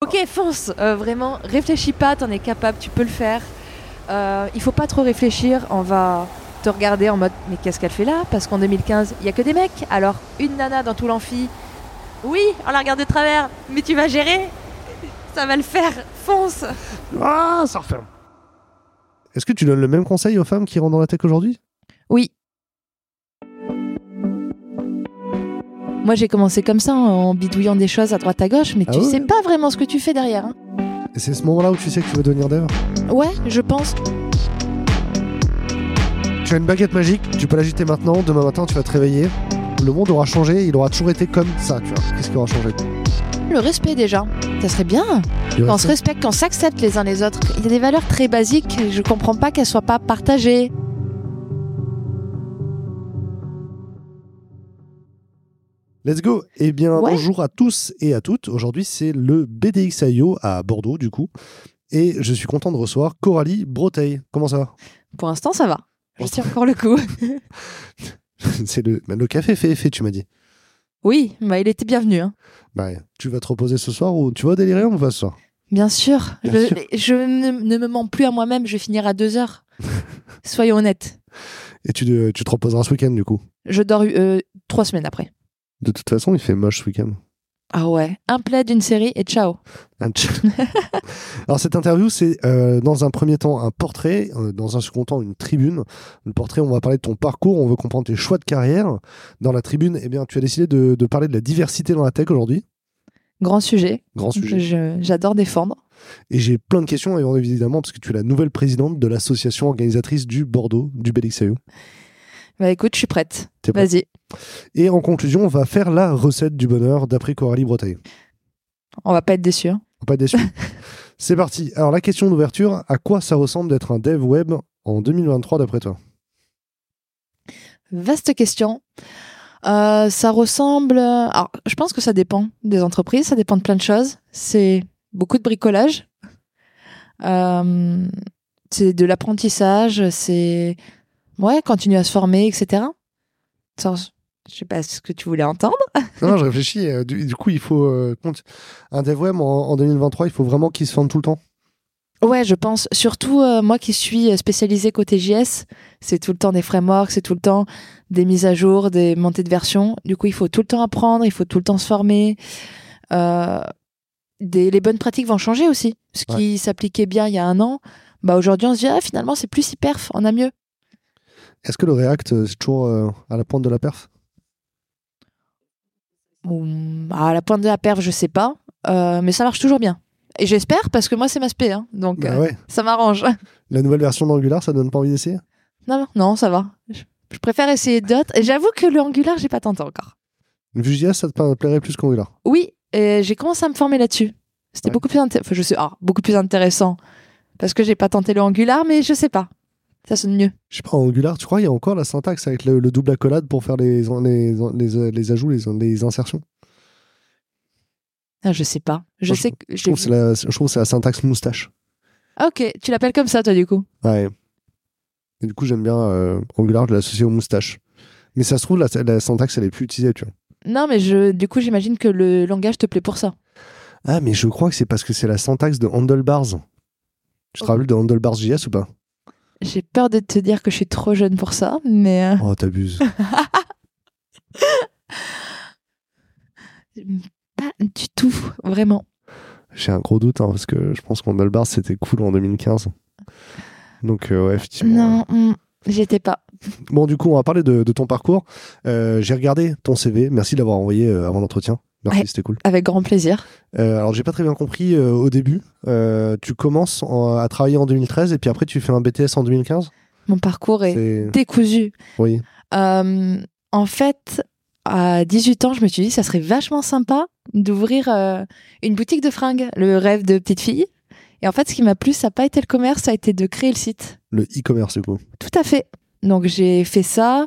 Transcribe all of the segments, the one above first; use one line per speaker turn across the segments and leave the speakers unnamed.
Ok, fonce. Euh, vraiment, réfléchis pas, t'en es capable, tu peux le faire. Euh, il faut pas trop réfléchir. On va te regarder en mode mais qu'est-ce qu'elle fait là Parce qu'en 2015, il y a que des mecs. Alors une nana dans tout l'amphi. Oui, on la regarde de travers, mais tu vas gérer. Ça va le faire. Fonce.
Ah, ça referme. Est-ce que tu donnes le même conseil aux femmes qui rentrent dans la tech aujourd'hui
Oui. Moi, j'ai commencé comme ça, en bidouillant des choses à droite à gauche, mais
Ah
tu
ouais
sais pas vraiment ce que tu fais derrière. hein.
Et c'est ce moment-là où tu sais que tu veux devenir dev
Ouais, je pense.
Tu as une baguette magique, tu peux l'agiter maintenant, demain matin tu vas te réveiller. Le monde aura changé, il aura toujours été comme ça, tu vois. Qu'est-ce qui aura changé
Le respect déjà, ça serait bien. Quand on se respecte, qu'on s'accepte les uns les autres. Il y a des valeurs très basiques, et je comprends pas qu'elles soient pas partagées.
Let's go Eh bien,
Ouais.
bonjour à tous et à toutes. Aujourd'hui, c'est le BDXIO à Bordeaux, du coup. Et je suis content de recevoir Coralie Broteil. Comment ça va
Pour l'instant, ça va. Je tire encore le coup.
C'est le, bah, le café fait effet, tu m'as dit.
Oui, bah, il était bienvenu. hein.
Bah, tu vas te reposer ce soir ou tu vas au délirium ou pas ce soir
Bien sûr.
Bien
je
sûr.
je ne, ne me mens plus à moi-même, je vais finir à deux heures. Soyons honnêtes.
Et tu, te- tu te reposeras ce week-end, du coup.
Je dors euh, trois semaines après.
De toute façon, il fait moche ce week-end.
Ah ouais. Un plaid, une série et ciao.
Un tch- Alors cette interview, c'est euh, dans un premier temps un portrait, euh, dans un second temps une tribune. Le portrait, on va parler de ton parcours, on veut comprendre tes choix de carrière. Dans la tribune, eh bien, tu as décidé de, de parler de la diversité dans la tech aujourd'hui.
Grand sujet.
Grand sujet.
Je- J'adore défendre.
Et j'ai plein de questions, et évidemment, parce que tu es la nouvelle présidente de l'association organisatrice du Bordeaux, du BDXAO.
Bah écoute, je suis prête.
T'es prête
Vas-y,
Et en conclusion, on va faire la recette du bonheur d'après Coralie Bretagne.
on va pas être déçus. hein.
Faut Pas être déçu. c'est parti. Alors la question d'ouverture, à quoi ça ressemble d'être un dev web en 2023 d'après toi
Vaste question. Euh, ça ressemble. Alors, je pense que ça dépend des entreprises, ça dépend de plein de choses. C'est beaucoup de bricolage. Euh, c'est de l'apprentissage. C'est ouais, continuer à se former, etc. Ça res- je sais pas ce que tu voulais entendre.
Non, non, je réfléchis. euh, Du, du coup, il faut. euh, compte- un dev web en, en 2023, il faut vraiment qu'il se forme tout le temps.
Ouais, je pense. Surtout euh, moi qui suis spécialisée côté JS, c'est tout le temps des frameworks, c'est tout le temps des mises à jour, des montées de versions. Du coup, il faut tout le temps apprendre, il faut tout le temps se former. Euh, des, les bonnes pratiques vont changer aussi. Ce qui s'appliquait bien il y a un an, bah aujourd'hui on se dit ah, finalement c'est plus si perf, on a mieux.
Est-ce que le React, euh, c'est toujours euh, à la pointe de la perf
Ou, ah, à la pointe de la perf, je sais pas, Euh, mais ça marche toujours bien. Et j'espère parce que moi c'est ma spé, hein. donc
Bah
euh,
ouais.
ça m'arrange.
La nouvelle version d'Angular, ça donne pas envie d'essayer
Non, non, non, ça va. Je, je préfère essayer d'autres. Et j'avoue que le Angular, j'ai pas tenté encore.
Vue.js, ça te pla- plairait plus qu'Angular.
Oui, et j'ai commencé à me former là-dessus. C'était
Ouais.
beaucoup plus inté- enfin, je sais, ah, beaucoup plus intéressant parce que j'ai pas tenté le Angular, mais je sais pas. Ça sonne mieux.
Je sais pas, Angular, tu crois, il y a encore la syntaxe avec le, le double accolade pour faire les, les, les, les ajouts, les, les insertions
Ah, je sais pas. Je
Moi,
sais que
je trouve, que c'est la, je trouve que c'est la syntaxe moustache.
Ah, ok, tu l'appelles comme ça, toi, du coup.
Ouais. Et du coup, j'aime bien euh, Angular, je l'associe aux moustaches. Mais ça se trouve, la, la syntaxe, elle est plus utilisée, tu vois.
Non, mais je, du coup, j'imagine que le langage te plaît pour ça.
Ah, mais je crois que c'est parce que c'est la syntaxe de Handlebars. Tu te
Oh.
rappelles de Handlebars.js ou pas
J'ai peur de te dire que je suis trop jeune pour ça, mais euh,
Oh, t'abuses.
euh, pas du tout, vraiment.
J'ai un gros doute hein, parce que je pense qu'Handlebars c'était cool en 2015. Donc, euh, ouais, effectivement.
Non, mm, j'y étais pas.
Bon, du coup, on va parler de, de ton parcours. Euh, j'ai regardé ton CV. Merci de l'avoir envoyé euh, avant l'entretien. Merci,
Ouais.
c'était cool.
Avec grand plaisir.
Euh, alors, j'ai pas très bien compris euh, au début. Euh, tu commences en- à travailler en 2013 et puis après, tu fais un BTS en 2015.
Mon parcours est
C'est-
décousu.
Oui.
Euh, en fait, à 18 ans, je me suis dit, ça serait vachement sympa d'ouvrir euh, une boutique de fringues, le rêve de petite fille. Et en fait, ce qui m'a plu, ça n'a pas été le commerce, ça a été de créer le site.
Le e-commerce, du coup.
Tout à fait. Donc j'ai fait ça.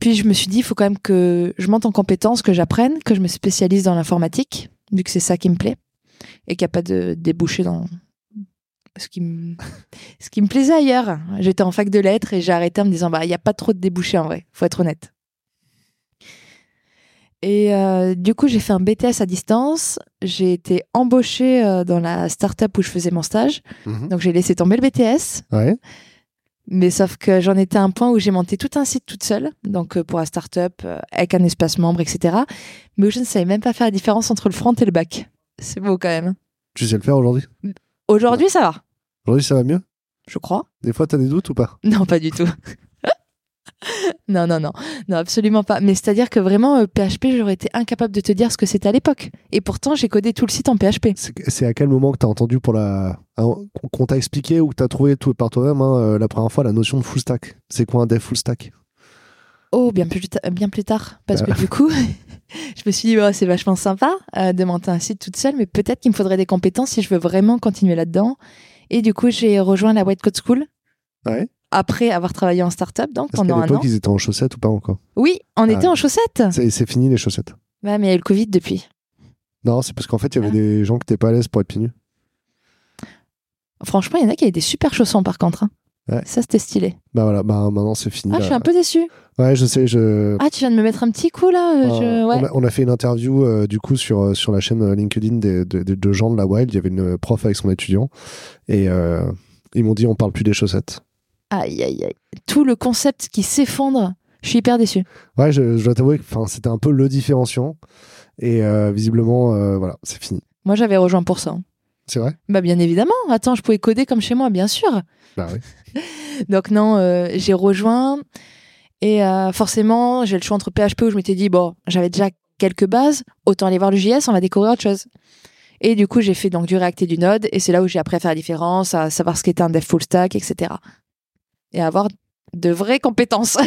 Puis je me suis dit, il faut quand même que je monte en compétences, que j'apprenne, que je me spécialise dans l'informatique, vu que c'est ça qui me plaît et qu'il n'y a pas de débouché dans ce qui me, ce qui me plaisait ailleurs. J'étais en fac de lettres et j'ai arrêté en me disant, bah, il n'y a pas trop de débouchés en vrai, faut être honnête. Et euh, du coup, j'ai fait un BTS à distance. J'ai été embauchée euh, dans la start-up où je faisais mon stage.
Mhm.
Donc, j'ai laissé tomber le BTS.
Ouais.
Mais sauf que j'en étais à un point où j'ai monté tout un site toute seule, donc euh, pour la start-up, euh, avec un espace membre, etc. Mais où je ne savais même pas faire la différence entre le front et le back. C'est beau quand même.
Tu sais le faire aujourd'hui
Aujourd'hui, ça va,
Aujourd'hui, ça va mieux
je crois.
Des fois, t'as des doutes ou pas
Non, pas du tout. non, non, non. Non, absolument pas. Mais c'est-à-dire que vraiment, euh, PHP, j'aurais été incapable de te dire ce que c'était à l'époque. Et pourtant, j'ai codé tout le site en PHP.
C'est c'est à quel moment que t'as entendu pour la. ah, qu'on t'a expliqué ou que t'as trouvé tout, par toi-même hein, euh, la première fois la notion de full stack C'est quoi un dev full stack
Oh, bien plus, ta- bien plus tard. Parce
Ah.
que du coup, je me suis dit, oh, c'est vachement sympa euh, de monter un site toute seule, mais peut-être qu'il me faudrait des compétences si je veux vraiment continuer là-dedans. Et du coup, j'ai rejoint la White Code School.
Ouais.
Après avoir travaillé en start-up, donc
Est-ce qu'à
pendant un an.
l'époque, ils étaient en chaussettes ou pas encore
Oui, on était
Ah.
en chaussettes.
C'est c'est fini les chaussettes.
Ouais, mais il y a eu le Covid depuis.
Non, c'est parce qu'en fait, il y
Ah.
avait des gens qui étaient pas à l'aise pour être pieds nus.
Franchement, il y en a qui avaient des super chaussons par contre. hein.
Ouais.
Ça, c'était stylé.
Bah voilà, bah, maintenant c'est fini.
Ah,
là.
je suis un peu déçue.
Ouais, je sais, je.
Ah, tu viens de me mettre un petit coup là euh,
Euh,
je- ouais.
on, a, on a fait une interview euh, du coup sur, euh, sur la chaîne euh, LinkedIn des, des, des- de Jean de la Wild. Il y avait une euh, prof avec son étudiant et euh, ils m'ont dit on parle plus des chaussettes.
Aïe, aïe, aïe. Tout le concept qui s'effondre, je suis hyper déçue.
Ouais, je, je dois t'avouer que 'fin, c'était un peu le différenciant et euh, visiblement euh, voilà, c'est fini.
Moi, j'avais rejoint pour ça. hein.
C'est vrai
Bah, bien évidemment. Attends, je pouvais coder comme chez moi, bien sûr.
Bah oui.
Donc, non, euh, j'ai rejoint. Et euh, forcément, j'ai le choix entre PHP où je m'étais dit, bon, j'avais déjà quelques bases, autant aller voir le JS, on va découvrir autre chose. Et du coup, j'ai fait donc du React et du Node. Et c'est là où j'ai appris à faire la différence, à savoir ce qu'était un dev full stack, etc. Et à avoir de vraies compétences.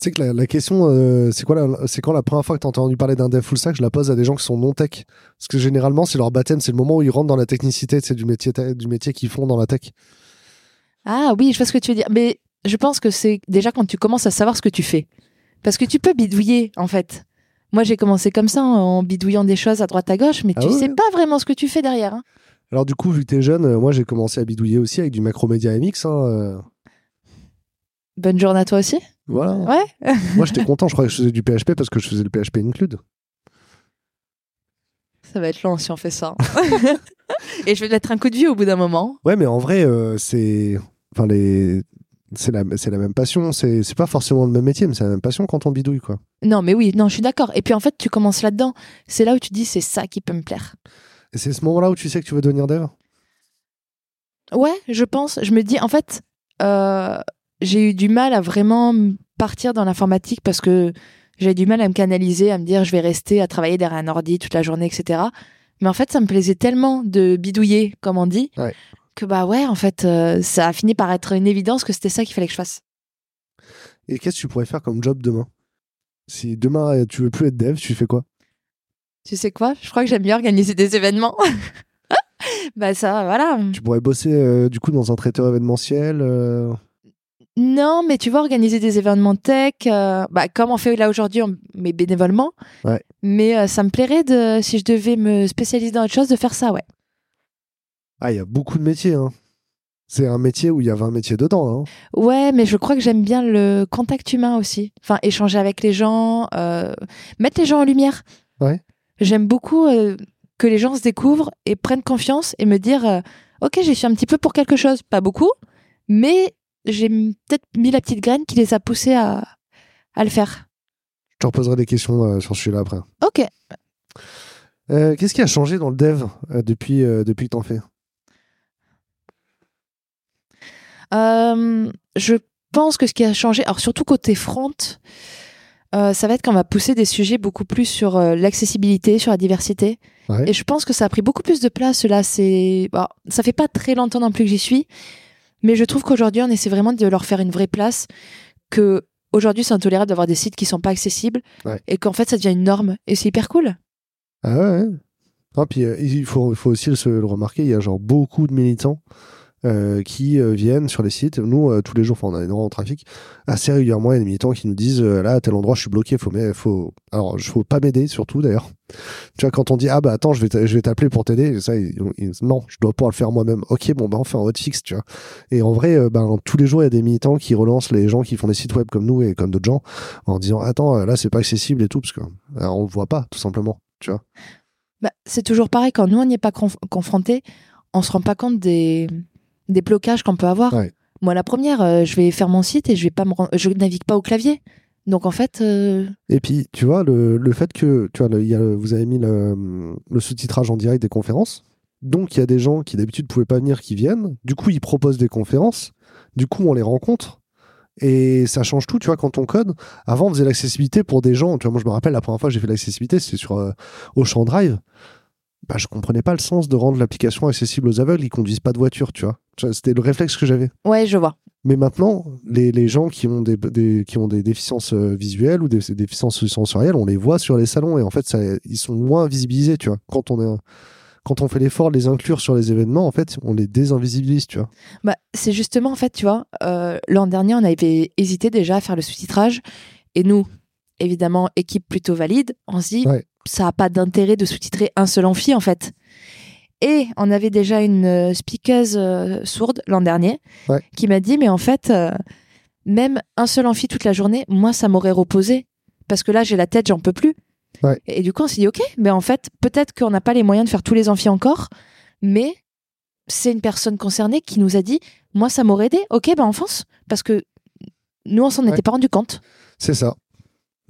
Tu sais que la, la question, euh, c'est quoi la- C'est quand la première fois que t'as entendu parler d'un dev full stack Je la pose à des gens qui sont non tech, parce que généralement c'est leur baptême, c'est le moment où ils rentrent dans la technicité, c'est du métier ta- du métier qu'ils font dans la tech.
Ah oui, je vois ce que tu veux dire. Mais je pense que c'est déjà quand tu commences à savoir ce que tu fais. Parce que tu peux bidouiller, en fait. Moi, j'ai commencé comme ça, hein, en bidouillant des choses à droite à gauche, mais
Ah
tu
ouais.
sais pas vraiment ce que tu fais derrière. hein.
Alors du coup, vu que t'es jeune, euh, moi j'ai commencé à bidouiller aussi avec du Macromedia MX. Hein, euh,
Bonne journée à toi aussi.
voilà.
Ouais.
Moi, j'étais content. Je croyais que je faisais du PHP parce que je faisais le PHP include.
Ça va être long si on fait ça. Et je vais te mettre un coup de vieux au bout d'un moment.
Ouais, mais en vrai, euh, c'est. Enfin, les. C'est la, c'est la même passion, c'est c'est pas forcément le même métier, mais c'est la même passion quand on bidouille. quoi.
Non, mais oui, non, je suis d'accord. Et puis en fait, tu commences là-dedans. C'est là où tu dis, c'est ça qui peut me plaire.
Et c'est ce moment-là où tu sais que tu veux devenir dev
Ouais, je pense. Je me dis, en fait, euh, j'ai eu du mal à vraiment m- partir dans l'informatique parce que j'avais du mal à me canaliser, à me dire je vais rester à travailler derrière un ordi toute la journée, etc. Mais en fait, ça me plaisait tellement de bidouiller, comme on dit,
Ouais.
que bah ouais, en fait, euh, ça a fini par être une évidence que c'était ça qu'il fallait que je fasse.
Et qu'est-ce que tu pourrais faire comme job demain Si demain euh, tu veux plus être dev, tu fais quoi
Tu sais quoi Je crois que j'aime bien organiser des événements. bah ça, voilà.
Tu pourrais bosser euh, du coup dans un traiteur événementiel euh,
Non, mais tu vois, organiser des événements tech, euh, bah, comme on fait là aujourd'hui, on- mais bénévolement.
Ouais.
Mais euh, ça me plairait, de, si je devais me spécialiser dans autre chose, de faire ça, ouais.
Ah, il y a beaucoup de métiers. Hein. C'est un métier où il y a 20 métiers dedans. hein.
Ouais, mais je crois que j'aime bien le contact humain aussi. Enfin, échanger avec les gens, euh, mettre les gens en lumière.
Ouais.
J'aime beaucoup euh, que les gens se découvrent et prennent confiance et me dire euh, Ok, j'ai fait un petit peu pour quelque chose. Pas beaucoup, mais j'ai m- peut-être mis la petite graine qui les a poussés à, à le faire.
Je te reposerai des questions euh, sur celui-là après.
Ok.
Euh, qu'est-ce qui a changé dans le dev euh, depuis, euh, depuis que t'en fais
Euh, je pense que ce qui a changé, alors surtout côté front, euh, ça va être qu'on va pousser des sujets beaucoup plus sur euh, l'accessibilité, sur la diversité.
Ouais.
Et je pense que ça a pris beaucoup plus de place là. C'est, bon, ça fait pas très longtemps non plus que j'y suis, mais je trouve qu'aujourd'hui on essaie vraiment de leur faire une vraie place. Que aujourd'hui c'est intolérable d'avoir des sites qui sont pas accessibles
Ouais.
et qu'en fait ça devient une norme et c'est hyper cool.
Ah ouais. ouais. Ah, puis euh, il faut, il faut aussi se le remarquer, il y a genre beaucoup de militants euh, qui euh, viennent sur les sites. Nous, euh, tous les jours, enfin, on a énormément de trafic. Assez régulièrement, il y a des militants qui nous disent euh, là, à tel endroit, je suis bloqué, faut, m'a- faut... Alors, je faut pas m'aider, surtout d'ailleurs. Tu vois, quand on dit ah bah attends, je vais t'a- je vais t'appeler pour t'aider, ça, ils- ils- non, je dois pas le faire moi-même. Ok, bon, bah on fait un hotfix, tu vois. Et en vrai, euh, ben, tous les jours, il y a des militants qui relancent les gens qui font des sites web comme nous et comme d'autres gens en disant attends, euh, là, c'est pas accessible et tout, parce que euh, on le voit pas, tout simplement, tu vois.
Bah, c'est toujours pareil, quand nous, on n'y est pas conf- confronté, on se rend pas compte des, des blocages qu'on peut avoir.
Ouais.
Moi, la première, euh, je vais faire mon site et je vais pas me ren- je navigue pas au clavier. Donc, en fait, euh,
Et puis, tu vois, le, le fait que tu vois, le- il y a le- vous avez mis le, le sous-titrage en direct des conférences, donc il y a des gens qui d'habitude ne pouvaient pas venir qui viennent, du coup ils proposent des conférences, du coup on les rencontre, et ça change tout, tu vois, quand on code. Avant on faisait l'accessibilité pour des gens, tu vois, moi je me rappelle la première fois que j'ai fait l'accessibilité, c'était sur euh, Auchan Drive, bah, je comprenais pas le sens de rendre l'application accessible aux aveugles, ils conduisent pas de voiture, tu vois. Tu vois, C'était le réflexe que j'avais.
ouais, je vois.
Mais maintenant, les, les gens qui ont des, des- qui ont des déficiences euh, visuelles ou des, des déficiences sensorielles, on les voit sur les salons et en fait, ça, ils sont moins visibilisés, tu vois. Quand on, est un- quand on fait l'effort de les inclure sur les événements, en fait, on les désinvisibilise, tu vois.
Bah, c'est justement, en fait, tu vois, euh, l'an dernier, on avait hésité déjà à faire le sous-titrage. Et nous, évidemment, équipe plutôt valide, on se dit,
Ouais.
ça n'a pas d'intérêt de sous-titrer un seul amphi, en fait. Et on avait déjà une euh, speakeuse euh, sourde l'an dernier
Ouais.
qui m'a dit, mais en fait, euh, même un seul amphi toute la journée, moi, ça m'aurait reposé. Parce que là, j'ai la tête, j'en peux plus.
Ouais.
Et du coup, on s'est dit, OK, mais en fait, peut-être qu'on n'a pas les moyens de faire tous les amphis encore, mais c'est une personne concernée qui nous a dit moi ça m'aurait aidé ok ben on fonce parce que nous on s'en
Ouais.
était pas rendu compte
C'est ça.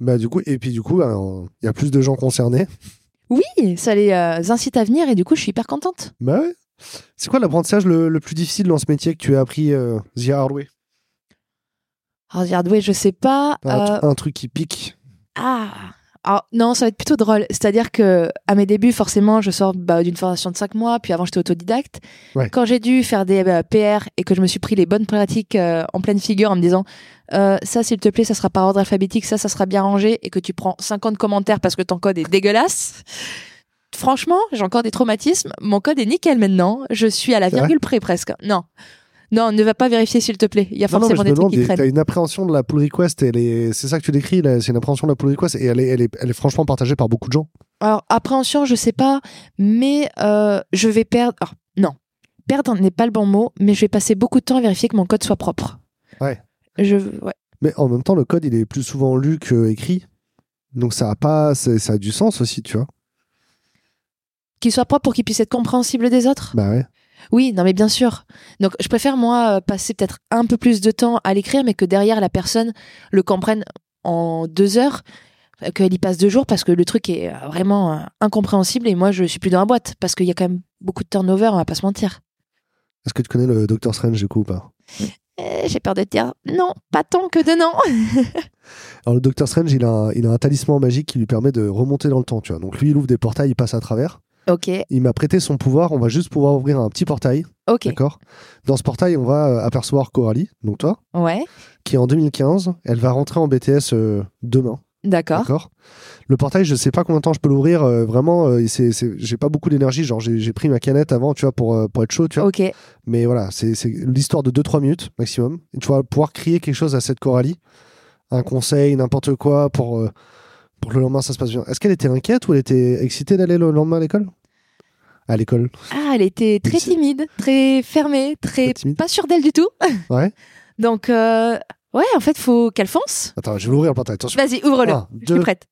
Bah, du coup, et puis du coup, bah, on- il y a plus de gens concernés.
oui ça les euh, incite à venir et du coup je suis hyper contente
Bah ouais. C'est quoi l'apprentissage le, le plus difficile dans ce métier que tu as appris, euh, The hard way
alors regarde oui je sais pas
un,
euh,
un truc qui pique.
ah alors, non ça va être plutôt drôle c'est à dire que à mes débuts forcément je sors bah, d'une formation de 5 mois puis avant j'étais autodidacte
Ouais.
quand j'ai dû faire des euh, PR et que je me suis pris les bonnes pratiques euh, en pleine figure en me disant Euh, ça s'il te plaît ça sera par ordre alphabétique ça ça sera bien rangé et que tu prends 50 commentaires parce que ton code est dégueulasse franchement, j'ai encore des traumatismes. Mon code est nickel maintenant. Je suis à la
C'est vrai
virgule près presque. Non. Non, ne va pas vérifier s'il te plaît. Il y a
Non, non, mais
Ah, forcément
je me
des trucs
demande,
qui
tu
traînent.
as une appréhension de la pull request, elle est- c'est ça que tu décris, là, c'est une appréhension de la pull request et elle est- elle est- elle est franchement partagée par beaucoup de gens.
Alors, appréhension, je sais pas, mais euh, je vais perdre. alors, non. Perdre n'est pas le bon mot, mais je vais passer beaucoup de temps à vérifier que mon code soit propre.
Ouais.
Je, ouais.
Mais en même temps, le code, il est plus souvent lu que écrit. Donc ça a pas, c'est- ça a du sens aussi, tu vois.
Qu'il soit propre pour qu'il puisse être compréhensible des autres.
Bah ouais.
Oui, non, mais bien sûr. Donc, je préfère, moi, euh, passer peut-être un peu plus de temps à l'écrire, mais que derrière, la personne le comprenne en deux heures, euh, qu'elle y passe deux jours, parce que le truc est euh, vraiment euh, incompréhensible. Et moi, je suis plus dans la boîte, parce qu'il y a quand même beaucoup de turnover, on va pas se mentir.
Est-ce que tu connais le Docteur Strange du coup ou pas
Euh, J'ai peur de te dire non, pas tant que de non.
Alors le Docteur Strange, il a, un, il a un talisman magique qui lui permet de remonter dans le temps, tu vois. Donc lui, il ouvre des portails, il passe à travers.
ok,
Il m'a prêté son pouvoir. On va juste pouvoir ouvrir un petit portail,
ok.
d'accord Dans ce portail, on va euh, apercevoir Coralie, donc toi,
Ouais,
qui est en 2015, elle va rentrer en BTS euh, demain.
d'accord.
Le portail, je sais pas combien de temps je peux l'ouvrir. euh, vraiment, euh, c'est, c'est- j'ai pas beaucoup d'énergie. Genre, j'ai, j'ai pris ma canette avant, tu vois, pour, euh, pour être chaud, tu vois.
Ok,
Mais voilà, c'est c'est l'histoire de 2-3 minutes maximum. Et tu vas pouvoir crier quelque chose à cette Coralie, un conseil, n'importe quoi, pour, euh, pour que le lendemain ça se passe bien. Est-ce qu'elle était inquiète ou elle était excitée d'aller le lendemain à l'école À l'école.
Ah, elle était très
Petit-
timide, très fermée, très
Très timide.
pas sûre d'elle du tout.
Ouais.
Donc, euh, ouais, en fait, faut qu'elle fonce.
Attends, je vais l'ouvrir le portail. Attention.
Vas-y, ouvre-le.
Un,
Je suis
deux,
prête.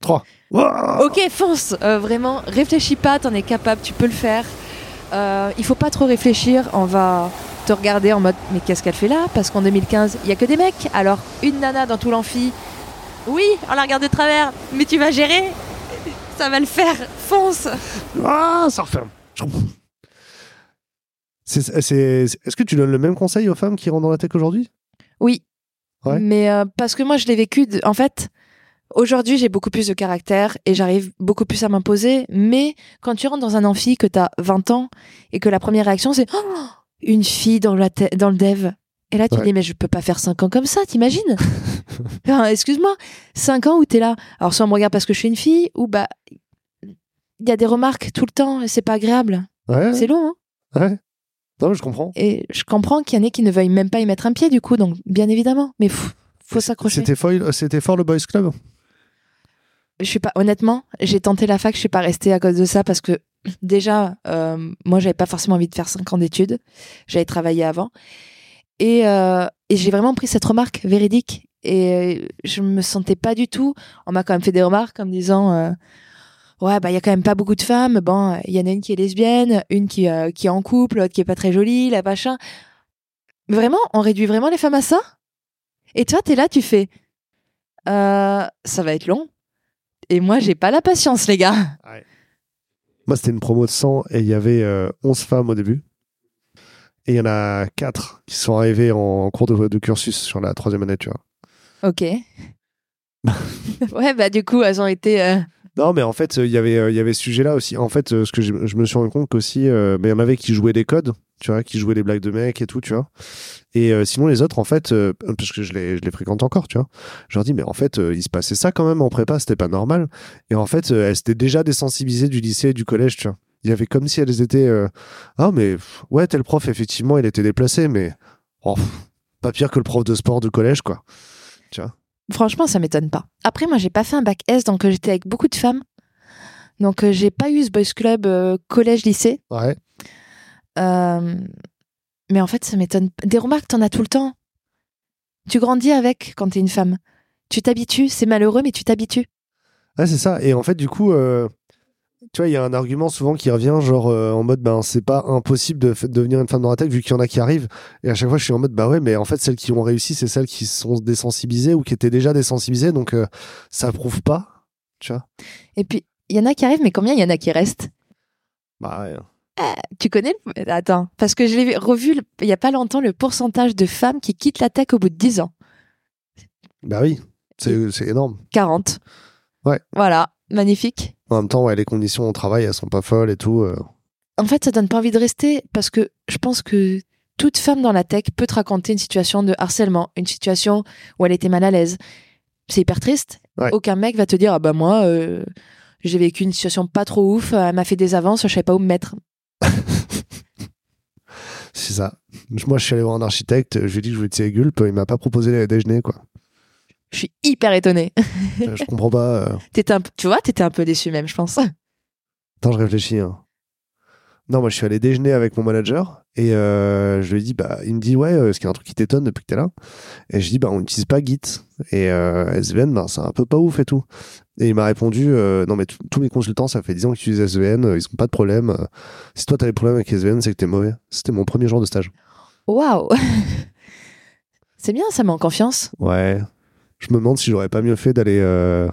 Ouah
Ok, fonce. Euh, vraiment, réfléchis pas, t'en es capable, tu peux le faire. Euh, il faut pas trop réfléchir. On va te regarder en mode mais qu'est-ce qu'elle fait là Parce qu'en 2015, il y a que des mecs. Alors une nana dans tout l'amphi. Oui, on la regarde de travers, mais tu vas gérer. Ça va le faire. Fonce.
Ah, ça referme. Je- C'est- c'est- c'est- Est-ce que tu donnes le même conseil aux femmes qui rentrent dans la tech aujourd'hui
Oui.
Ouais.
Mais euh, parce que moi, je l'ai vécu. de- En fait, aujourd'hui, j'ai beaucoup plus de caractère et j'arrive beaucoup plus à m'imposer. Mais quand tu rentres dans un amphi, que t'as 20 ans et que la première réaction, c'est Oh une fille dans, la te- dans le dev. Et là, tu
Ouais.
te dis, mais je peux pas faire 5 ans comme ça, t'imagines Enfin, Excuse-moi, 5 ans où t'es là. Alors, soit on me regarde parce que je suis une fille, ou bah, il y a des remarques tout le temps et c'est pas agréable.
Ouais.
C'est long, hein
Ouais. Non, mais je comprends.
Et je comprends qu'il y en ait qui ne veuillent même pas y mettre un pied, du coup, donc bien évidemment. Mais pff, faut s'accrocher.
C'était fort, c'était fort le Boys Club.
Je suis pas, honnêtement, j'ai tenté la fac, je suis pas restée à cause de ça parce que déjà, euh, moi, j'avais pas forcément envie de faire 5 ans d'études. J'avais travaillé avant. Et, euh, et j'ai vraiment pris cette remarque véridique. Et euh, je me sentais pas du tout. On m'a quand même fait des remarques en me disant. euh, Ouais, bah, il y a quand même pas beaucoup de femmes. Bon, il y en a une qui est lesbienne, une qui, euh, qui est en couple, l'autre qui est pas très jolie, la machin. Vraiment, on réduit vraiment les femmes à ça Et toi, t'es là, tu fais. Euh, ça va être long. Et moi, j'ai pas la patience, les gars.
Moi, c'était une promo de 100 et il y avait euh, 11 femmes au début. Et il y en a 4 qui sont arrivées en cours de, de cursus sur la troisième année, tu vois.
Ok. ouais, bah du coup, elles ont été. euh,
Non, mais en fait, euh, il y avait, euh, il y avait ce sujet-là aussi. En fait, euh, ce que je, je me suis rendu compte qu'aussi, euh, mais il y en avait qui jouaient des codes, tu vois, qui jouaient des blagues de mecs et tout, tu vois. Et euh, sinon, les autres, en fait, euh, parce que je les, je les fréquente encore, tu vois, je leur dis, mais en fait, euh, il se passait ça quand même en prépa, c'était pas normal. Et en fait, euh, elles s'étaient déjà désensibilisées du lycée et du collège, tu vois. Il y avait comme si elles étaient, euh, ah, mais pff, ouais, tel prof, effectivement, il était déplacé, mais oh, pff, pas pire que le prof de sport de collège, quoi.
Franchement, ça m'étonne pas. Après, moi, j'ai pas fait un bac S, donc euh, j'étais avec beaucoup de femmes. Donc, euh, j'ai pas eu ce boys club euh, collège-lycée.
Ouais.
Euh, Mais en fait, ça m'étonne. p- Des remarques, t'en as tout le temps. Tu grandis avec quand t'es une femme. Tu t'habitues, c'est malheureux, mais tu t'habitues.
Ah, c'est ça. Et en fait, du coup, euh, tu vois, il y a un argument souvent qui revient, genre euh, en mode, ben, c'est pas impossible de f- devenir une femme dans la tech vu qu'il y en a qui arrivent. Et à chaque fois, je suis en mode, bah ouais, mais en fait, celles qui ont réussi, c'est celles qui sont désensibilisées ou qui étaient déjà désensibilisées, donc euh, ça prouve pas, tu vois.
Et puis, il y en a qui arrivent, mais combien il y en a qui restent
Bah ouais.
Tu connais le... Attends, parce que je l'ai revu le- il y a pas longtemps le pourcentage de femmes qui quittent la tech au bout de 10 ans.
Bah oui, c'est c'est énorme.
40.
Ouais.
Voilà, magnifique.
En même temps, ouais, les conditions au travail, elles sont pas folles et tout. euh.
en fait, ça donne pas envie de rester parce que je pense que toute femme dans la tech peut te raconter une situation de harcèlement, une situation où elle était mal à l'aise. C'est hyper triste.
Ouais.
Aucun mec va te dire ah bah moi euh, j'ai vécu une situation pas trop ouf, euh, elle m'a fait des avances, je savais pas où me mettre.
C'est ça. Moi, je suis allé voir un architecte, je lui ai dit que je voulais tirer Gulp, il m'a pas proposé à déjeuner, quoi.
Je suis hyper étonnée.
je je comprends pas. euh.
T'étais un, p- tu vois, t'étais un peu déçu même, je pense.
Attends, je réfléchis. hein. Non, moi, je suis allé déjeuner avec mon manager et euh, je lui ai dit, bah, il me dit, ouais, euh, est-ce qu'il y a un truc qui t'étonne depuis que t'es là Et je dis, bah, on n'utilise pas Git. Et euh, SVN, bah, c'est un peu pas ouf et tout. Et il m'a répondu, euh, non, mais tous tous mes consultants, ça fait 10 ans qu'ils utilisent SVN, euh, ils ont pas de problème. Euh, si toi, t'as des problèmes avec SVN, c'est que t'es mauvais. C'était mon premier jour de stage.
Waouh. C'est bien, ça met en confiance.
Ouais. Je me demande si j'aurais pas mieux fait d'aller. euh,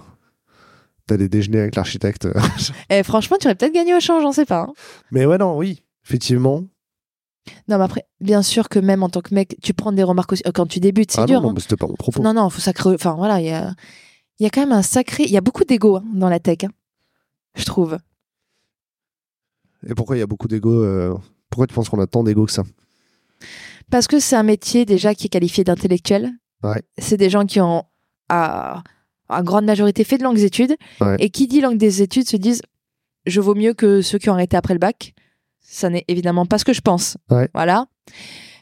d'aller déjeuner avec l'architecte.
Et Eh, franchement, tu aurais peut-être gagné au change, on sait pas. hein.
Mais ouais, non, oui, effectivement.
Non, mais après, bien sûr que même en tant que mec, tu prends des remarques aussi. euh, Quand tu débutes, c'est
Ah
dur.
non, non,
hein.
mais c'était pas mon propos.
Non, non, faut sacré. Enfin, voilà, il y a, il y a quand même un sacré. Il y a beaucoup d'ego hein, dans la tech, hein, je trouve.
Et pourquoi il y a beaucoup d'ego euh, Pourquoi tu penses qu'on a tant d'ego que ça
Parce que c'est un métier déjà qui est qualifié d'intellectuel.
Ouais.
C'est des gens qui ont, à, à grande majorité, fait de longues études.
Ouais.
Et qui dit langue des études se disent je vaux mieux que ceux qui ont arrêté après le bac. Ça n'est évidemment pas ce que je pense.
Ouais.
Voilà.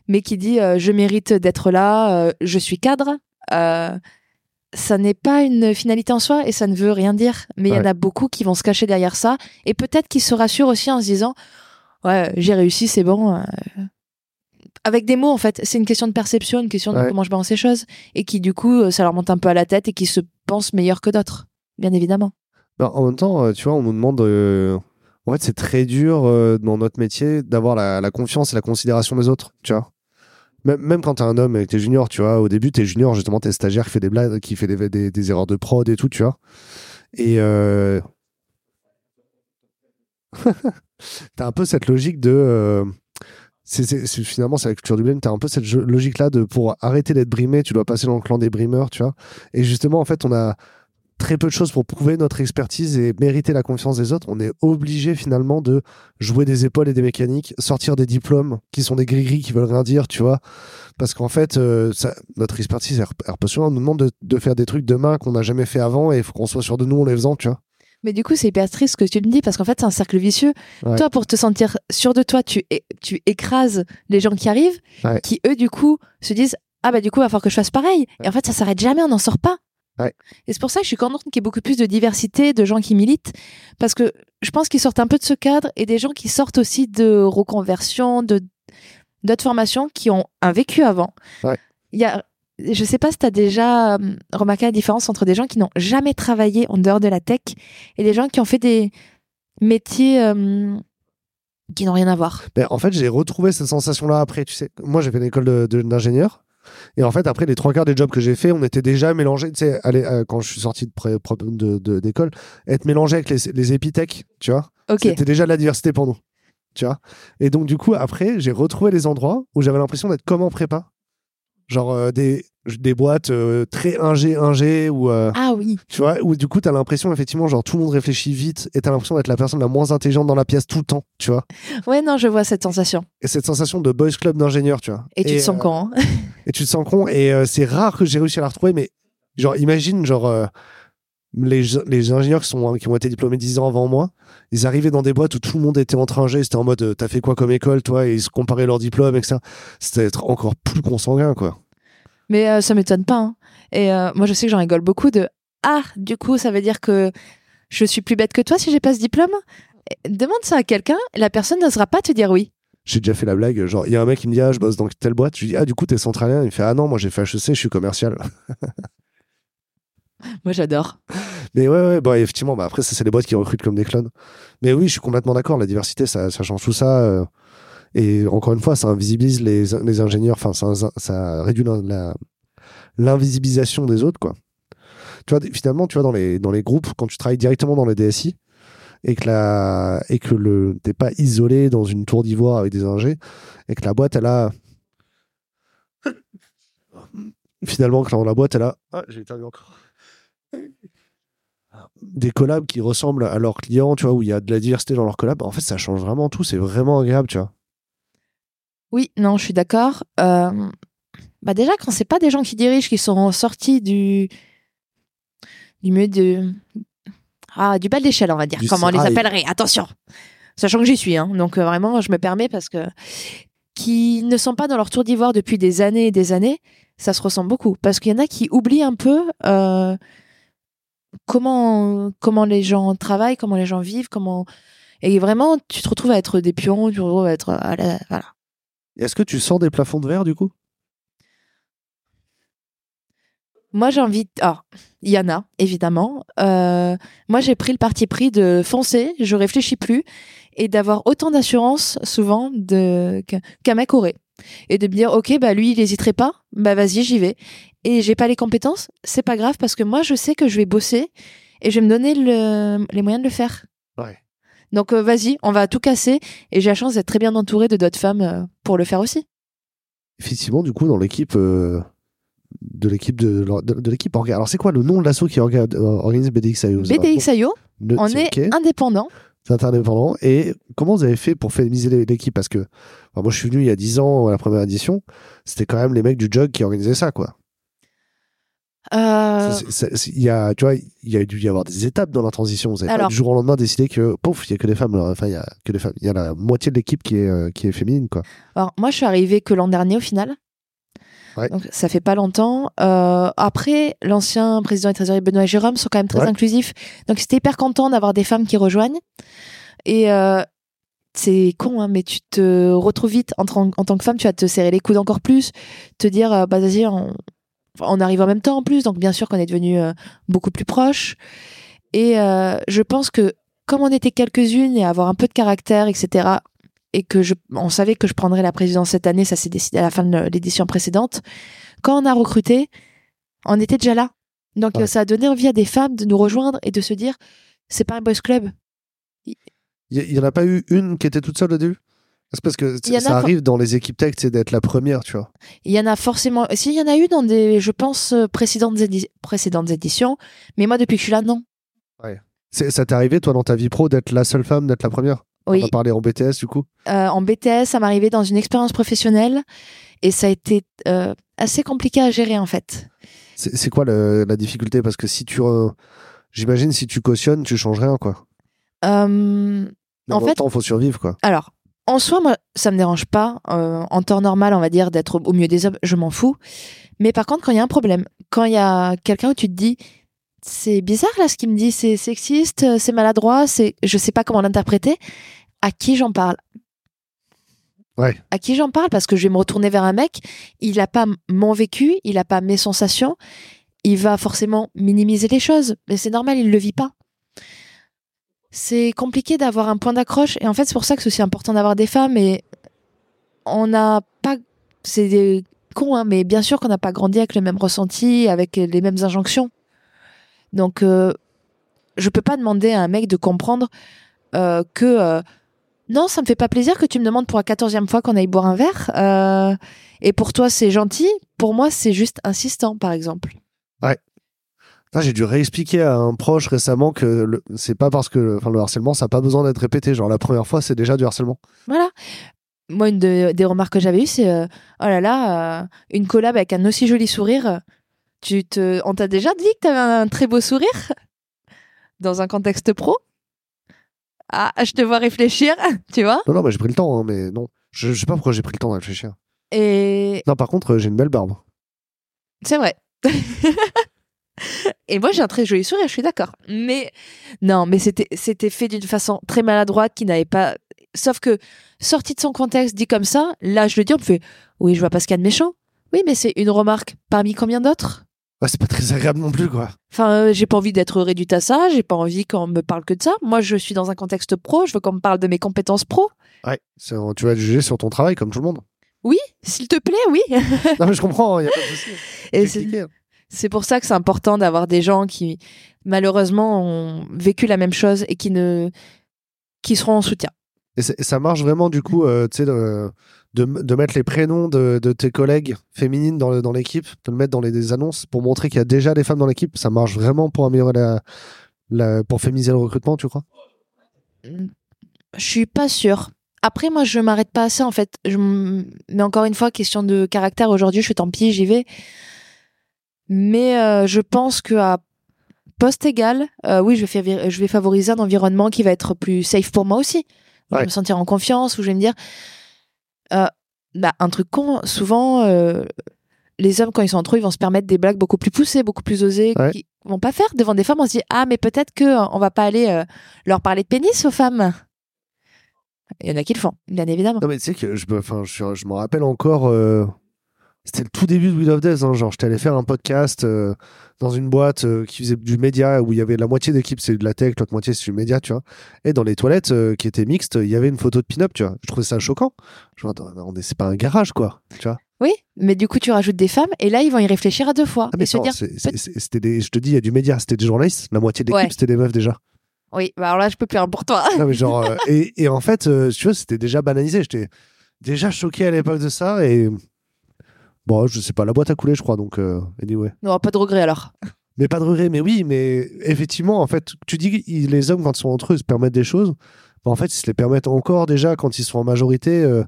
Mais qui dit euh, je mérite d'être là, euh, je suis cadre. euh, ça n'est pas une finalité en soi et ça ne veut rien dire. Mais il y en
Ouais.
a beaucoup qui vont se cacher derrière ça et peut-être qui se rassurent aussi en se disant ouais j'ai réussi c'est bon. euh. Avec des mots en fait, c'est une question de perception, une question de
Ouais.
comment je balance les choses et qui du coup euh, ça leur monte un peu à la tête et qui se pensent meilleurs que d'autres, bien évidemment.
Bah, En même temps, euh, tu vois, on nous demande. euh, En fait, c'est très dur euh, dans notre métier d'avoir la, la confiance et la considération des autres, tu vois. Même, même quand t'es un homme et que t'es junior, tu vois, au début, t'es junior, justement, t'es stagiaire qui fait des blagues, qui fait des, des- des erreurs de prod et tout, tu vois. Et euh, t'as un peu cette logique de. euh, c'est- c'est- c'est- finalement, c'est la culture du blame. T'as un peu cette jo- logique-là de pour arrêter d'être brimé, tu dois passer dans le clan des brimeurs, tu vois. Et justement, en fait, on a très peu de choses pour prouver notre expertise et mériter la confiance des autres. On est obligé finalement de jouer des épaules et des mécaniques, sortir des diplômes qui sont des gris-gris qui veulent rien dire, tu vois. Parce qu'en fait, euh, ça- notre expertise, elle, rep- elle repose sur nous. On nous demande de, de faire des trucs demain qu'on n'a jamais fait avant et il faut qu'on soit sûr de nous en les faisant, tu vois.
Mais du coup, c'est hyper triste ce que tu me dis parce qu'en fait, c'est un cercle vicieux.
Ouais.
Toi, pour te sentir sûr de toi, tu, é- tu écrases les gens qui arrivent,
Ouais.
qui eux, du coup, se disent Ah, bah, du coup, il va falloir que je fasse pareil. Et en fait, ça s'arrête jamais, on n'en sort pas.
Ouais.
Et c'est pour ça que je suis contente qu'il y ait beaucoup plus de diversité, de gens qui militent, parce que je pense qu'ils sortent un peu de ce cadre et des gens qui sortent aussi de reconversion, de d'autres formations qui ont un vécu avant.
Ouais.
Il y a, je sais pas si tu as déjà euh, remarqué la différence entre des gens qui n'ont jamais travaillé en dehors de la tech et des gens qui ont fait des métiers euh, qui n'ont rien à voir.
Ben, en fait, j'ai retrouvé cette sensation-là après. Tu sais, moi, j'ai fait une école de- de- d'ingénieur. Et en fait, après, les trois quarts des jobs que j'ai fait, on était déjà mélangés. Tu sais, allez, euh, quand je suis sorti de pré- pro- de- de- d'école, être mélangé avec les, les épithèques, tu vois,
Ok.
c'était déjà de la diversité pour nous. Tu vois Et donc, du coup, après, j'ai retrouvé les endroits où j'avais l'impression d'être comme en prépa. Genre euh, des, des boîtes euh, très 1G, 1G, ou euh,
Ah oui.
tu vois, où du coup, t'as l'impression, effectivement, genre tout le monde réfléchit vite et t'as l'impression d'être la personne la moins intelligente dans la pièce tout le temps, tu vois.
Ouais, non, je vois cette sensation.
Et cette sensation de boys club d'ingénieur, tu vois.
Et tu te sens
euh,
quand hein
Et tu te sens con. Et euh, c'est rare que j'ai réussi à la retrouver, mais genre, imagine, genre, euh, les, les ingénieurs qui, sont, hein, qui ont été diplômés 10 ans avant moi, ils arrivaient dans des boîtes où tout le monde était en train de c'était en mode, euh, t'as fait quoi comme école, toi, et ils se comparaient leurs diplômes, etc. C'était être encore plus consanguin, quoi.
Mais euh, ça m'étonne pas. hein. Et euh, moi, je sais que j'en rigole beaucoup de Ah, du coup, ça veut dire que je suis plus bête que toi si j'ai pas ce diplôme Et Demande ça à quelqu'un, la personne n'osera pas te dire oui.
J'ai déjà fait la blague, genre, il y a un mec qui me dit, ah, je bosse dans telle boîte. Je lui dis, ah, du coup, t'es centralien. Il me fait, ah non, moi, j'ai fait HEC, je suis commercial.
Moi, j'adore.
Mais ouais, ouais, bah, effectivement, bah, après, ça, c'est les boîtes qui recrutent comme des clones. Mais oui, je suis complètement d'accord, la diversité, ça, ça change tout ça. euh, et encore une fois, ça invisibilise les, les ingénieurs, enfin, ça, ça réduit l'in- la- l'invisibilisation des autres, quoi. Tu vois, finalement, tu vois, dans les, dans les groupes, quand tu travailles directement dans les DSI, et que, la, et que le, t'es pas isolé dans une tour d'ivoire avec des ingés, et que la boîte, elle a. Finalement, que dans la boîte, elle a. Ah, j'ai éternué encore des collabs qui ressemblent à leurs clients, tu vois, où il y a de la diversité dans leurs collabs, en fait, ça change vraiment tout. C'est vraiment agréable, tu vois.
Oui, non, je suis d'accord. Euh, bah déjà, quand c'est pas des gens qui dirigent, qui sont sortis du, du milieu de... Ah, du bas de l'échelle, on va dire,
Du
comme on les
sérail.
appellerait. Attention Sachant que j'y suis, hein, donc euh, vraiment, je me permets parce que... Qui ne sont pas dans leur tour d'ivoire depuis des années et des années, ça se ressent beaucoup. Parce qu'il y en a qui oublient un peu euh, comment, comment les gens travaillent, comment les gens vivent, comment... Et vraiment, tu te retrouves à être des pions, tu te retrouves à être... euh, à la- voilà.
Est-ce que tu sens des plafonds de verre, du coup
Moi, j'ai envie. de- Alors, il y en a, évidemment. Euh, moi, j'ai pris le parti pris de foncer, je réfléchis plus, et d'avoir autant d'assurance, souvent, de... qu'un qu'un mec aurait. Et de me dire, OK, bah lui, il hésiterait pas, bah vas-y, j'y vais. Et j'ai pas les compétences, c'est pas grave, parce que moi, je sais que je vais bosser, et je vais me donner le- les moyens de le faire.
Ouais.
Donc, euh, vas-y, on va tout casser, et j'ai la chance d'être très bien entourée de d'autres femmes euh, pour le faire aussi.
Effectivement, du coup, dans l'équipe euh, de l'équipe de, de, de l'équipe orga- Alors, c'est quoi le nom de l'asso qui orga- euh, organise BDXIO c'est pas-
BDXIO,
Le-
on
c'est
est
ok,
indépendant.
c'est indépendant. Et comment vous avez fait pour féminiser les- l'équipe Parce que enfin, moi, je suis venu il y a 10 ans à la première édition. C'était quand même les mecs du Jog qui organisaient ça, quoi.
Euh,
Ça, c'est- ça, c'est- Il y a, tu vois, il y a dû y avoir des étapes dans la transition. Vous avez pas
Alors.
du jour au lendemain décidé que, pouf, il y a que des femmes. Enfin, il y a que des femmes. Il y a la moitié de l'équipe qui est, euh, qui est féminine, quoi.
Alors, moi, je suis arrivée que l'an dernier au final.
Ouais.
Donc, ça fait pas longtemps. Euh, après, l'ancien président et trésorier Benoît Jérôme sont quand même très
Ouais.
inclusifs. Donc, c'était hyper content d'avoir des femmes qui rejoignent. Et euh, c'est con, hein, mais tu te retrouves vite en, tran- en tant que femme, tu vas te serrer les coudes encore plus, te dire, euh, bah vas-y, on, on arrive en même temps en plus. Donc, bien sûr qu'on est devenu beaucoup plus proches. Et euh, je pense que comme on était quelques-unes et avoir un peu de caractère, etc., et que je, on savait que je prendrais la présidence cette année, ça s'est décidé à la fin de l'édition précédente. Quand on a recruté, on était déjà là. Donc
Ouais.
euh, ça a donné envie à des femmes de nous rejoindre et de se dire, c'est pas un boys club.
Il y- il y en a pas eu une qui était toute seule au début C'est parce que
Il y en a
ça
quand-
arrive dans les équipes tech, c'est d'être la première, tu vois.
Il y en a forcément, s'il y en a eu dans des, je pense, euh, précédentes, édi- précédentes éditions, mais moi depuis que je suis là, non.
C'est- Ça t'est arrivé, toi, dans ta vie pro, d'être la seule femme, d'être la première
Oui.
On a parlé en BTS, du coup.
euh, en BTS, ça m'arrivait dans une expérience professionnelle et ça a été euh, assez compliqué à gérer en fait.
C'est c'est quoi le- la difficulté Parce que si tu. euh, J'imagine si tu cautionnes, tu changes rien, quoi.
Euh,
Mais
En
en même
fait-
temps, faut survivre, quoi.
Alors, en soi, moi, ça me dérange pas. euh, en temps normal, on va dire, d'être au, au milieu des hommes, je m'en fous. Mais par contre, quand il y a un problème, quand il y a quelqu'un où tu te dis, c'est bizarre là ce qu'il me dit, c'est sexiste, euh, c'est maladroit, c'est, je sais pas comment l'interpréter, à qui j'en parle
Ouais.
À qui j'en parle Parce que je vais me retourner vers un mec, il a pas m- mon vécu, il a pas mes sensations, il va forcément minimiser les choses. Mais c'est normal, il le vit pas c'est compliqué d'avoir un point d'accroche. Et en fait, c'est pour ça que c'est aussi important d'avoir des femmes. Et on n'a pas. C'est des cons, hein, mais bien sûr qu'on n'a pas grandi avec les mêmes ressentis, avec les mêmes injonctions. Donc, euh, je peux pas demander à un mec de comprendre euh, que. euh, non, ça me fait pas plaisir que tu me demandes pour la quatorzième fois qu'on aille boire un verre. euh, et pour toi, c'est gentil. Pour moi, c'est juste insistant, par exemple.
Putain, j'ai dû réexpliquer à un proche récemment que le- c'est pas parce que enfin, le harcèlement, ça n'a pas besoin d'être répété. Genre, la première fois, c'est déjà du harcèlement.
Voilà. Moi, une de- des remarques que j'avais eues, c'est euh, Oh là là, euh, une collab avec un aussi joli sourire. euh, Tu te, on t'a déjà dit que t'avais un, très beau sourire Dans un contexte pro Ah, je te vois réfléchir, tu vois
Non, non, mais j'ai pris le temps, hein, mais non. Je, je sais pas pourquoi j'ai pris le temps de réfléchir.
Et
Non, par contre, euh, j'ai une belle barbe.
c'est vrai. Et moi, j'ai un très joli sourire, je suis d'accord. Mais non, mais c'était c'était fait d'une façon très maladroite qui n'avait pas. Sauf que, sorti de son contexte, dit comme ça, là, je le dis, on me fait Oui, je vois pas ce qu'il y a de méchant. Oui, mais c'est une remarque parmi combien d'autres
Ouais, c'est pas très agréable non plus, quoi.
Enfin, euh, j'ai pas envie d'être réduite à ça, j'ai pas envie qu'on me parle que de ça. Moi, je suis dans un contexte pro, je veux qu'on me parle de mes compétences pro.
Ouais, c'est- euh, tu vas être jugé sur ton travail, comme tout le monde.
S'il te plaît, oui.
non, mais je comprends, il a pas de souci.
Et
J'ai hein.
c'est-
cliqué.
C'est pour ça que c'est important d'avoir des gens qui, malheureusement, ont vécu la même chose et qui ne, qui seront en soutien.
Et, c'est- et ça marche vraiment, du coup, euh, tu sais, de, de, de mettre les prénoms de, de tes collègues féminines dans, le- dans l'équipe, de le mettre dans les, des annonces pour montrer qu'il y a déjà des femmes dans l'équipe. Ça marche vraiment pour améliorer la, la- pour féminiser le recrutement, tu crois
Je suis pas sûre. Après, moi, je m'arrête pas assez, en fait. Je m- Mais encore une fois, question de caractère. Aujourd'hui, je suis tant pis, j'y vais. Mais euh, je pense que à poste égal, euh, oui, je vais, faire- je vais favoriser un environnement qui va être plus safe pour moi aussi. Où Je
Ouais.
vais me sentir en confiance, où je vais me dire. euh, bah, un truc con, souvent, euh, les hommes, quand ils sont entre eux, ils vont se permettre des blagues beaucoup plus poussées, beaucoup plus osées,
Ouais.
qu'ils vont pas faire devant des femmes. On se dit, ah, mais peut-être que euh, on va pas aller euh, leur parler de pénis aux femmes. Il y en a qui le font, bien évidemment.
Non, mais tu sais que je, me- enfin, je, suis- je m'en rappelle encore. euh, c'était le tout début de Will of Death. hein, genre, j'étais allé faire un podcast euh, dans une boîte euh, qui faisait du média, où il y avait la moitié d'équipe, c'est de la tech, l'autre moitié, c'est du média, tu vois. Et dans les toilettes euh, qui étaient mixtes, il y avait une photo de pin-up, tu vois. Je trouvais ça choquant. Je me dis, attends, on est- c'est pas un garage, quoi. Tu vois.
Oui, mais du coup, tu rajoutes des femmes et là, ils vont y réfléchir à deux fois.
Ah, mais
et se
attends,
dire,
c'est- c'est- c'est- c'était des, je te dis, il y a du média, c'était des journalistes. La moitié de l'équipe,
Ouais.
c'était des meufs déjà.
oui, bah alors là, je peux plus rien pour toi.
Non, mais genre, euh, et, et en fait, euh, tu vois, c'était déjà banalisé. J'étais déjà choqué à l'époque de ça. Et bon, je sais pas, la boîte a coulé, je crois. Donc, euh, anyway.
Non, pas de regret alors.
Mais pas de regret, mais oui, mais effectivement, en fait, tu dis que les hommes, quand ils sont entre eux, ils se permettent des choses. Bah, en fait, ils se les permettent encore déjà quand ils sont en majorité. euh,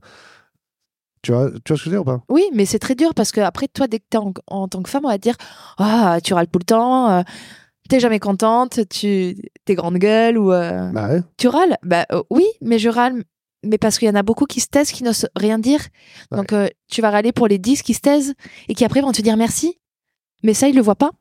tu, vois, tu vois ce que je veux dire ou pas
Oui, mais c'est très dur parce que après, toi, dès que t'es en, en tant que femme, on va te dire, ah, tu râles tout le temps, euh, t'es jamais contente, tu, t'es grande gueule ou euh,
Bah ouais.
tu râles. Bah euh, oui, mais je râle, mais parce qu'il y en a beaucoup qui se taisent, qui n'osent rien dire.
Ouais.
Donc euh, tu vas râler pour les 10 qui se taisent et qui après vont te dire merci. Mais ça, ils le voient pas.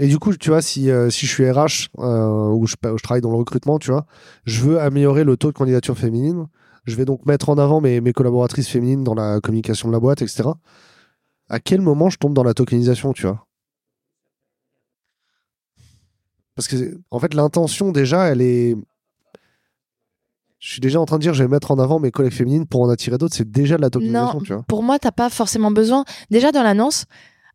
Et du coup, tu vois, si, euh, si je suis RH euh, ou je, pa- je travaille dans le recrutement, tu vois, je veux améliorer le taux de candidature féminine. Je vais donc mettre en avant mes, mes collaboratrices féminines dans la communication de la boîte, etc. À quel moment je tombe dans la tokenisation, tu vois Parce que, c'est- en fait, l'intention, déjà, elle est. Je suis déjà en train de dire, je vais mettre en avant mes collègues féminines pour en attirer d'autres. C'est déjà de la tokenisation,
Non.
tu vois.
Pour moi, t'as pas forcément besoin. Déjà dans l'annonce,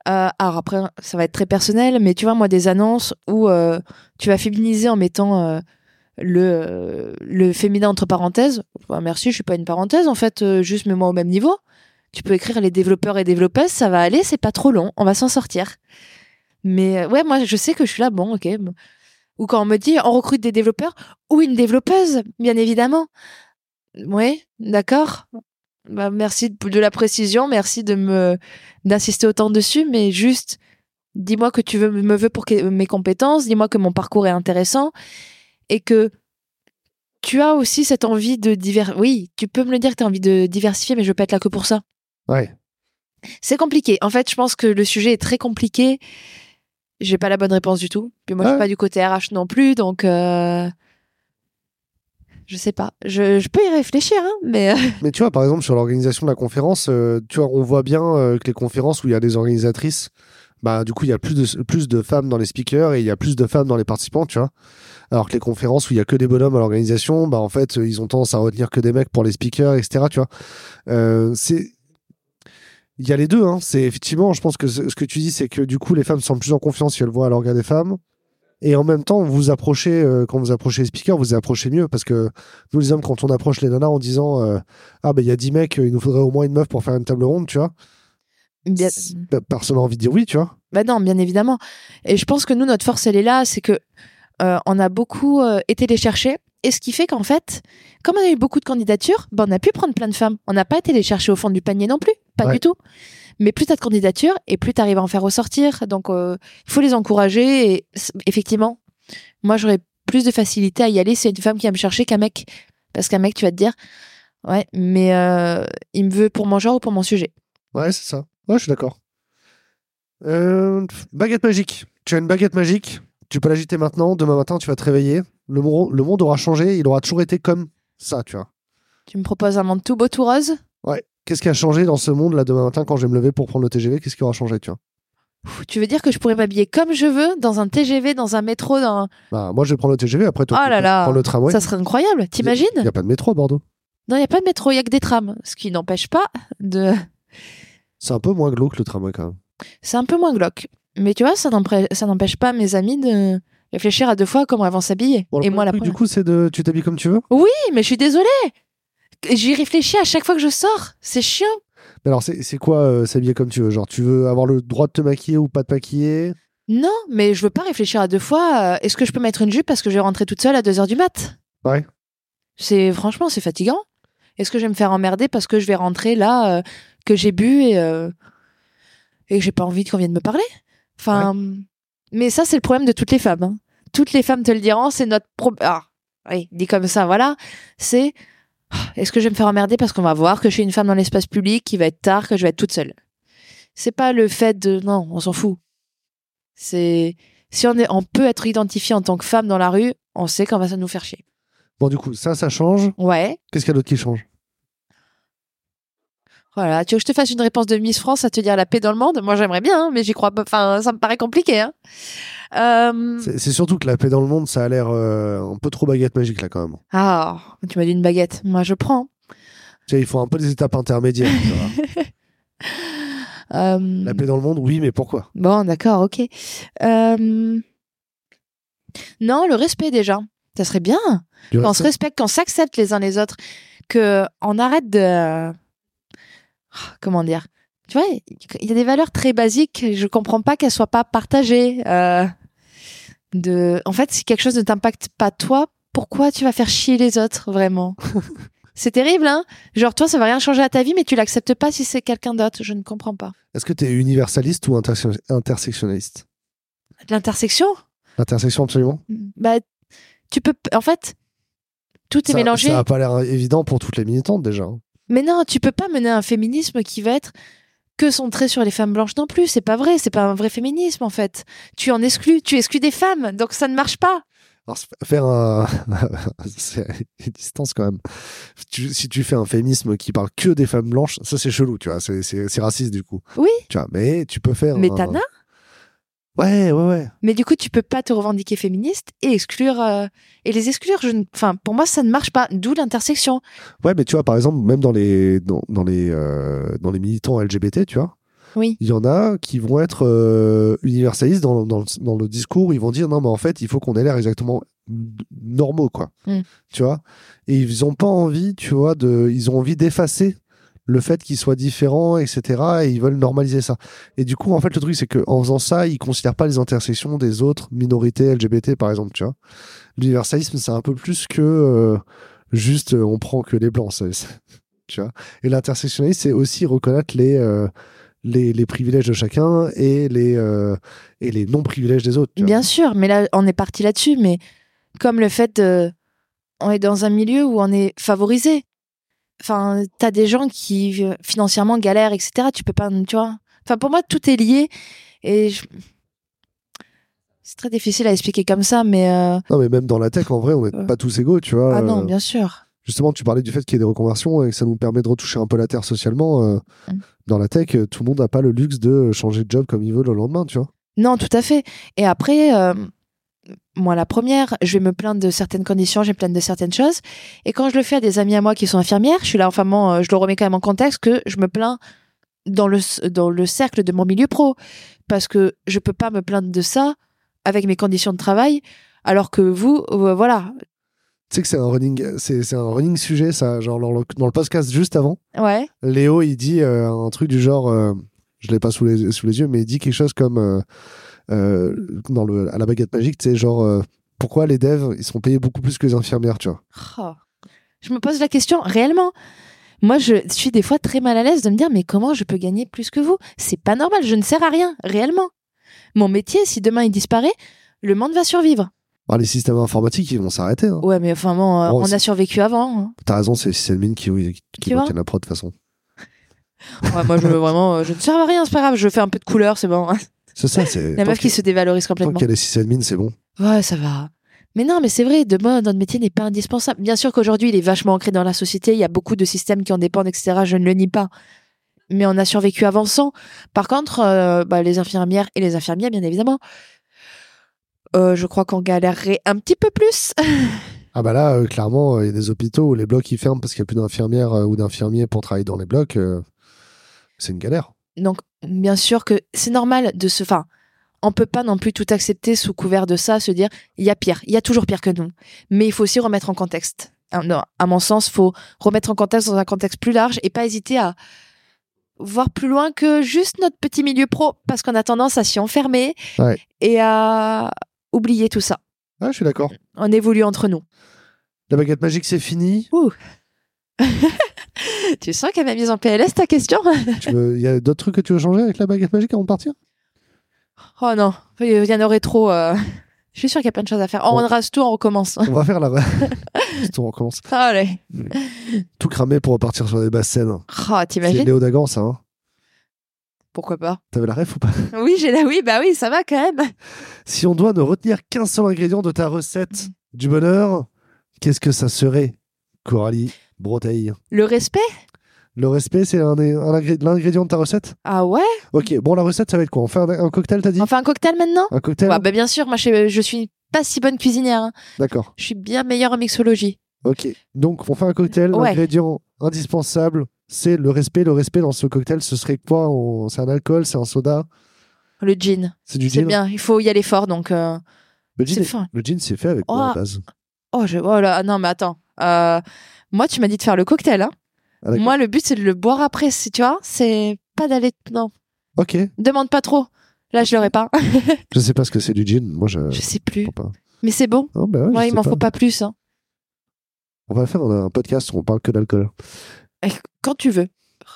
euh, alors après, ça va être très personnel, mais tu vois, moi, des annonces où euh, tu vas féminiser en mettant euh, le, euh, le féminin entre parenthèses. Bah, merci, je suis pas une parenthèse, en fait, euh, juste mets-moi au même niveau. Tu peux écrire les développeurs et développeuses, ça va aller, c'est pas trop long, on va s'en sortir. Mais euh, ouais, moi, je sais que je suis là, bon, ok. bon. Ou quand on me dit, on recrute des développeurs ou une développeuse, bien évidemment. Oui, d'accord. Bah, merci de, de la précision, merci de me d'insister autant dessus, mais juste Dis-moi que tu veux, me veux pour que- mes compétences, dis-moi que mon parcours est intéressant et que tu as aussi cette envie de diversifier. Oui, tu peux me le dire que tu as envie de diversifier, mais je veux pas être là que pour ça.
Ouais.
C'est compliqué. En fait, je pense que le sujet est très compliqué. J'ai pas la bonne réponse du tout. Puis moi, je
Ouais.
suis pas du côté RH non plus, donc euh, je sais pas. Je, je peux y réfléchir, hein, mais euh,
Mais tu vois, par exemple, sur l'organisation de la conférence, euh, tu vois, on voit bien euh, que les conférences où il y a des organisatrices, bah, du coup, il y a plus de, plus de femmes dans les speakers et il y a plus de femmes dans les participants, tu vois. Alors que les conférences où il y a que des bonhommes à l'organisation, bah, en fait, euh, ils ont tendance à retenir que des mecs pour les speakers, etc., tu vois. Euh, c'est. Il y a les deux, hein. C'est effectivement, je pense que ce ce que tu dis, c'est que du coup, les femmes sont plus en confiance si elles voient à l'organe des femmes. Et en même temps, vous vous approchez, euh, quand vous approchez les speakers, vous vous approchez mieux. Parce que nous, les hommes, quand on approche les nanas en disant euh, Ah, ben il y a 10 mecs, il nous faudrait au moins une meuf pour faire une table ronde, tu vois.
bien-
Pe- Personne n'a envie de dire oui, tu vois.
Bah non, bien évidemment. Et je pense que nous, notre force, elle est là, c'est que euh, on a beaucoup euh, été les chercher. Et ce qui fait qu'en fait, comme on a eu beaucoup de candidatures, bah, on a pu prendre plein de femmes. On n'a pas été les chercher au fond du panier non plus, pas
Ouais.
du tout. Mais plus t'as de candidatures et plus t'arrives à en faire ressortir. Donc, euh, il faut les encourager. Et c- effectivement, moi, j'aurais plus de facilité à y aller. C'est une femme qui va me chercher qu'un mec. Parce qu'un mec, tu vas te dire, ouais, mais euh, il me veut pour mon genre ou pour mon sujet.
Ouais, c'est ça. Ouais, je suis d'accord. Euh, baguette magique. Tu as une baguette magique. Tu peux l'agiter maintenant. Demain matin, tu vas te réveiller. Le, mo- le monde aura changé. Il aura toujours été comme ça, tu vois.
Tu me proposes un monde tout beau, tout rose.
Ouais. Qu'est-ce qui a changé dans ce monde là demain matin quand je vais me lever pour prendre le TGV Qu'est-ce qui aura changé, tu vois
Pff, Tu veux dire que je pourrais m'habiller comme je veux dans un TGV, dans un métro, dans...
Bah, moi, je vais prendre le TGV. Après, toi,
Oh
tu
là là.
prends le tramway.
Ça serait incroyable, t'imagines
Il n'y a pas de métro à Bordeaux.
Non, il n'y a pas de métro, il n'y a que des trams. Ce qui n'empêche pas de...
C'est un peu moins glauque le tramway quand même.
C'est un peu moins glauque. Mais tu vois, ça n'empêche ça n'empêche pas mes amis de réfléchir à deux fois comment elles vont s'habiller.
Bon, le
Et moi, la
truc,
première.
Du coup, c'est de. Tu t'habilles comme tu veux
Oui, mais je suis désolée J'y réfléchis à chaque fois que je sors. C'est chiant.
Mais Alors, c'est c'est quoi euh, s'habiller comme tu veux Genre, tu veux avoir le droit de te maquiller ou pas te maquiller
Non, mais je veux pas réfléchir à deux fois. euh, Est-ce que je peux mettre une jupe parce que je vais rentrer toute seule à 2 heures du mat
Ouais.
C'est franchement, c'est fatigant. Est-ce que je vais me faire emmerder parce que je vais rentrer là euh, que j'ai bu et euh, et que j'ai pas envie qu'on vienne me parler Enfin, hum, mais ça c'est le problème de toutes les femmes. hein. Toutes les femmes te le diront, c'est notre problème. Ah, oui, dit comme ça, voilà. C'est Ah, est-ce que je vais me faire emmerder parce qu'on va voir que je suis une femme dans l'espace public, qu'il va être tard, que je vais être toute seule. C'est pas le fait de non, on s'en fout. C'est si on est, on peut être identifié en tant que femme dans la rue, on sait qu'on va ça nous faire chier.
Bon, du coup, ça, ça change.
Ouais.
Qu'est-ce qu'il y a d'autre qui change
Voilà. Tu veux que je te fasse une réponse de Miss France à te dire la paix dans le monde Moi, j'aimerais bien, hein, mais j'y crois pas. Enfin, ça me paraît compliqué. Hein. Euh,
C'est c'est surtout que la paix dans le monde, ça a l'air euh, un peu trop baguette magique là quand même.
Ah, tu m'as dit une baguette. Moi, je prends.
Tu sais, il faut un peu des étapes intermédiaires. tu vois.
Euh,
la paix dans le monde, oui, mais pourquoi
Bon, d'accord, ok. Euh, Non, le respect déjà. Ça serait bien.
Du
qu'on
reste-
se respecte, qu'on s'accepte les uns les autres, que on arrête de Ah, comment dire. Tu vois, il y a des valeurs très basiques. Je comprends pas qu'elles soient pas partagées. euh, De, en fait, si quelque chose ne t'impacte pas toi, pourquoi tu vas faire chier les autres vraiment C'est terrible, hein Genre toi, ça va rien changer à ta vie, mais tu l'acceptes pas si c'est quelqu'un d'autre. Je ne comprends pas.
Est-ce que tu es universaliste ou interse- intersectionnaliste
L'intersection,
L'intersection, absolument.
bah, tu peux. En fait, tout est
Ça-
mélangé.
Ça n'a pas l'air évident pour toutes les militantes déjà. hein.
Mais non, tu peux pas mener un féminisme qui va être que centré sur les femmes blanches non plus. C'est pas vrai. C'est pas un vrai féminisme en fait. Tu en exclus. Tu exclus des femmes. Donc ça ne marche pas.
Alors, c'est- faire un. c'est une distance quand même. Tu- si tu fais un féminisme qui parle que des femmes blanches, ça c'est chelou, tu vois. C'est- C'est c'est raciste du coup.
Oui.
Tu vois, mais tu peux faire.
Mais
un-
t'en as.
Ouais, ouais, ouais.
Mais du coup, tu peux pas te revendiquer féministe et exclure euh, et les exclure. Je ne- Enfin, pour moi, ça ne marche pas. D'où l'intersection.
Ouais, mais tu vois, par exemple, même dans les, dans, dans les, euh, dans les militants LGBT, tu vois,
Oui.
il y en a qui vont être euh, universalistes dans, dans, le- dans le discours. Ils vont dire non, mais en fait, il faut qu'on ait l'air exactement n- normaux, quoi.
Mm.
Tu vois Et ils ont pas envie, tu vois, de, ils ont envie d'effacer le fait qu'ils soient différents, etc. Et ils veulent normaliser ça. Et du coup, en fait, le truc, c'est qu'en faisant ça, ils considèrent pas les intersections des autres minorités LGBT, par exemple, tu vois. L'universalisme, c'est un peu plus que. euh, juste euh, on prend que les blancs ça- ça- tu vois et l'intersectionnalisme c'est aussi reconnaître les euh, les, les privilèges de chacun et les, euh, et les non-privilèges des autres. tu vois.
Bien sûr, mais là, on est parti là-dessus, mais comme le fait de. On est dans un milieu où on est favorisé. Enfin, t'as des gens qui euh, financièrement galèrent, etc. Tu peux pas. Tu vois Enfin, pour moi, tout est lié. Et. je- C'est très difficile à expliquer comme ça, mais. euh,
Non, mais même dans la tech, en vrai, on n'est
Ouais.
pas tous égaux, tu vois.
Ah non,
Euh,
bien sûr.
Justement, tu parlais du fait qu'il y ait des reconversions et que ça nous permet de retoucher un peu la terre socialement. euh,
Mm.
Dans la tech, euh, tout le monde n'a pas le luxe de changer de job comme il veut le lendemain, tu vois.
Non, tout à fait. Et après, euh, moi, la première, je vais me plaindre de certaines conditions, je vais me plaindre de certaines choses. Et quand je le fais à des amis à moi qui sont infirmières, je suis là, enfin, bon, euh, je le remets quand même en contexte que je me plains dans le, dans le cercle de mon milieu pro. Parce que je peux pas me plaindre de ça avec mes conditions de travail, alors que vous, euh, voilà.
Tu sais que c'est un running, c'est c'est un running sujet, ça. Genre, dans le, dans le podcast juste avant,
Ouais.
Léo, il dit euh, un truc du genre, euh, je l'ai pas sous les, sous les yeux, mais il dit quelque chose comme euh, euh, dans le, à la baguette magique, tu sais, genre, euh, pourquoi les devs, ils sont payés beaucoup plus que les infirmières, tu vois.
Oh. Je me pose la question réellement. Moi, je suis des fois très mal à l'aise de me dire mais comment je peux gagner plus que vous C'est pas normal, je ne sers à rien, réellement. Mon métier, si demain il disparaît, le monde va survivre.
Alors, Bah, les systèmes informatiques, ils vont s'arrêter. Hein.
Ouais, mais enfin bon, euh,
Bon,
on
c'est-
a survécu avant. hein.
T'as raison, c'est les sysadmins qui, qui, qui
Tu vois
maintiennent la prod de toute façon.
Ouais, moi, je vraiment, euh, je ne sers à rien, c'est pas grave. Je fais un peu de couleur, c'est bon.
C'est ça, c'est.
La
tant
meuf qui
qu'il-
se dévalorise
Tant
complètement.
qu'il y a les sysadmins, c'est bon.
Ouais, ça va. Mais non, mais c'est vrai, demain, notre métier n'est pas indispensable. Bien sûr qu'aujourd'hui, il est vachement ancré dans la société, il y a beaucoup de systèmes qui en dépendent, etc. Je ne le nie pas. Mais on a survécu avant sans. Par contre, euh, bah, les infirmières et les infirmiers, bien évidemment, euh, je crois qu'on galérerait un petit peu plus.
Ah bah là, euh, clairement, euh, il y a des hôpitaux où les blocs ils ferment parce qu'il n'y a plus d'infirmières euh, ou d'infirmiers pour travailler dans les blocs. euh, c'est une galère.
Donc, bien sûr que c'est normal de se. Enfin, on peut pas non plus tout accepter sous couvert de ça, se dire il y a pire, il y a toujours pire que nous. Mais il faut aussi remettre en contexte. Ah, non, à mon sens, faut remettre en contexte dans un contexte plus large et pas hésiter à voir plus loin que juste notre petit milieu pro, parce qu'on a tendance à s'y enfermer
Ouais.
et à oublier tout ça.
Ah, je suis d'accord.
On évolue entre nous.
La baguette magique, c'est fini.
Tu sens qu'elle m'a mise en PLS ta question
Tu veux- Il y a d'autres trucs que tu veux changer avec la baguette magique avant de partir
Oh non, il y en aurait trop. euh. Je suis sûre qu'il y a plein de choses à faire. Oh, on rase tout, on recommence.
On va faire la. Tout, on recommence.
Allez.
Tout cramer pour repartir sur des basses scènes.
Oh,
C'est
t'imagines
Léo Dagan, ça. Hein
Pourquoi pas
T'avais la ref ou pas
Oui, j'ai la oui, bah oui, ça va quand même.
Si on doit ne retenir qu'un seul ingrédient de ta recette
Mm.
du bonheur, qu'est-ce que ça serait, Coralie Broteille
Le respect
Le respect, c'est un, des- un ingré- l'ingrédient de ta recette
Ah ouais
Ok, bon, la recette, ça va être quoi On fait un, un cocktail, t'as dit
On fait un cocktail maintenant
Un cocktail
bah, bah bien sûr, moi je, je suis pas si bonne cuisinière. hein.
D'accord.
Je suis bien meilleure en mixologie.
Ok. Donc, on fait un cocktail.
Ouais.
L'ingrédient indispensable, c'est le respect. Le respect dans ce cocktail, ce serait quoi On- C'est un alcool, c'est un soda,
Le gin,
c'est du
c'est
gin.
bien. Il faut y aller fort donc. euh,
Le gin,
c'est
est-
fin.
le gin, c'est fait avec quoi à la
Oh.
base
Oh, je, oh là, ah non mais attends. Euh, moi, tu m'as dit de faire le cocktail. Hein.
Ah, d'accord.
moi, le but c'est de le boire après, si tu vois. C'est pas d'aller. Non,
Ok.
demande pas trop. Là, je l'aurais pas.
Euh, Je sais pas ce que c'est du gin. Moi, je.
je sais plus.
comprends pas.
Mais c'est bon.
Oh, bah ouais, je
Moi, il
sais
m'en
pas.
faut pas plus. hein.
On va faire un un podcast où on parle que d'alcool.
Et Quand tu veux.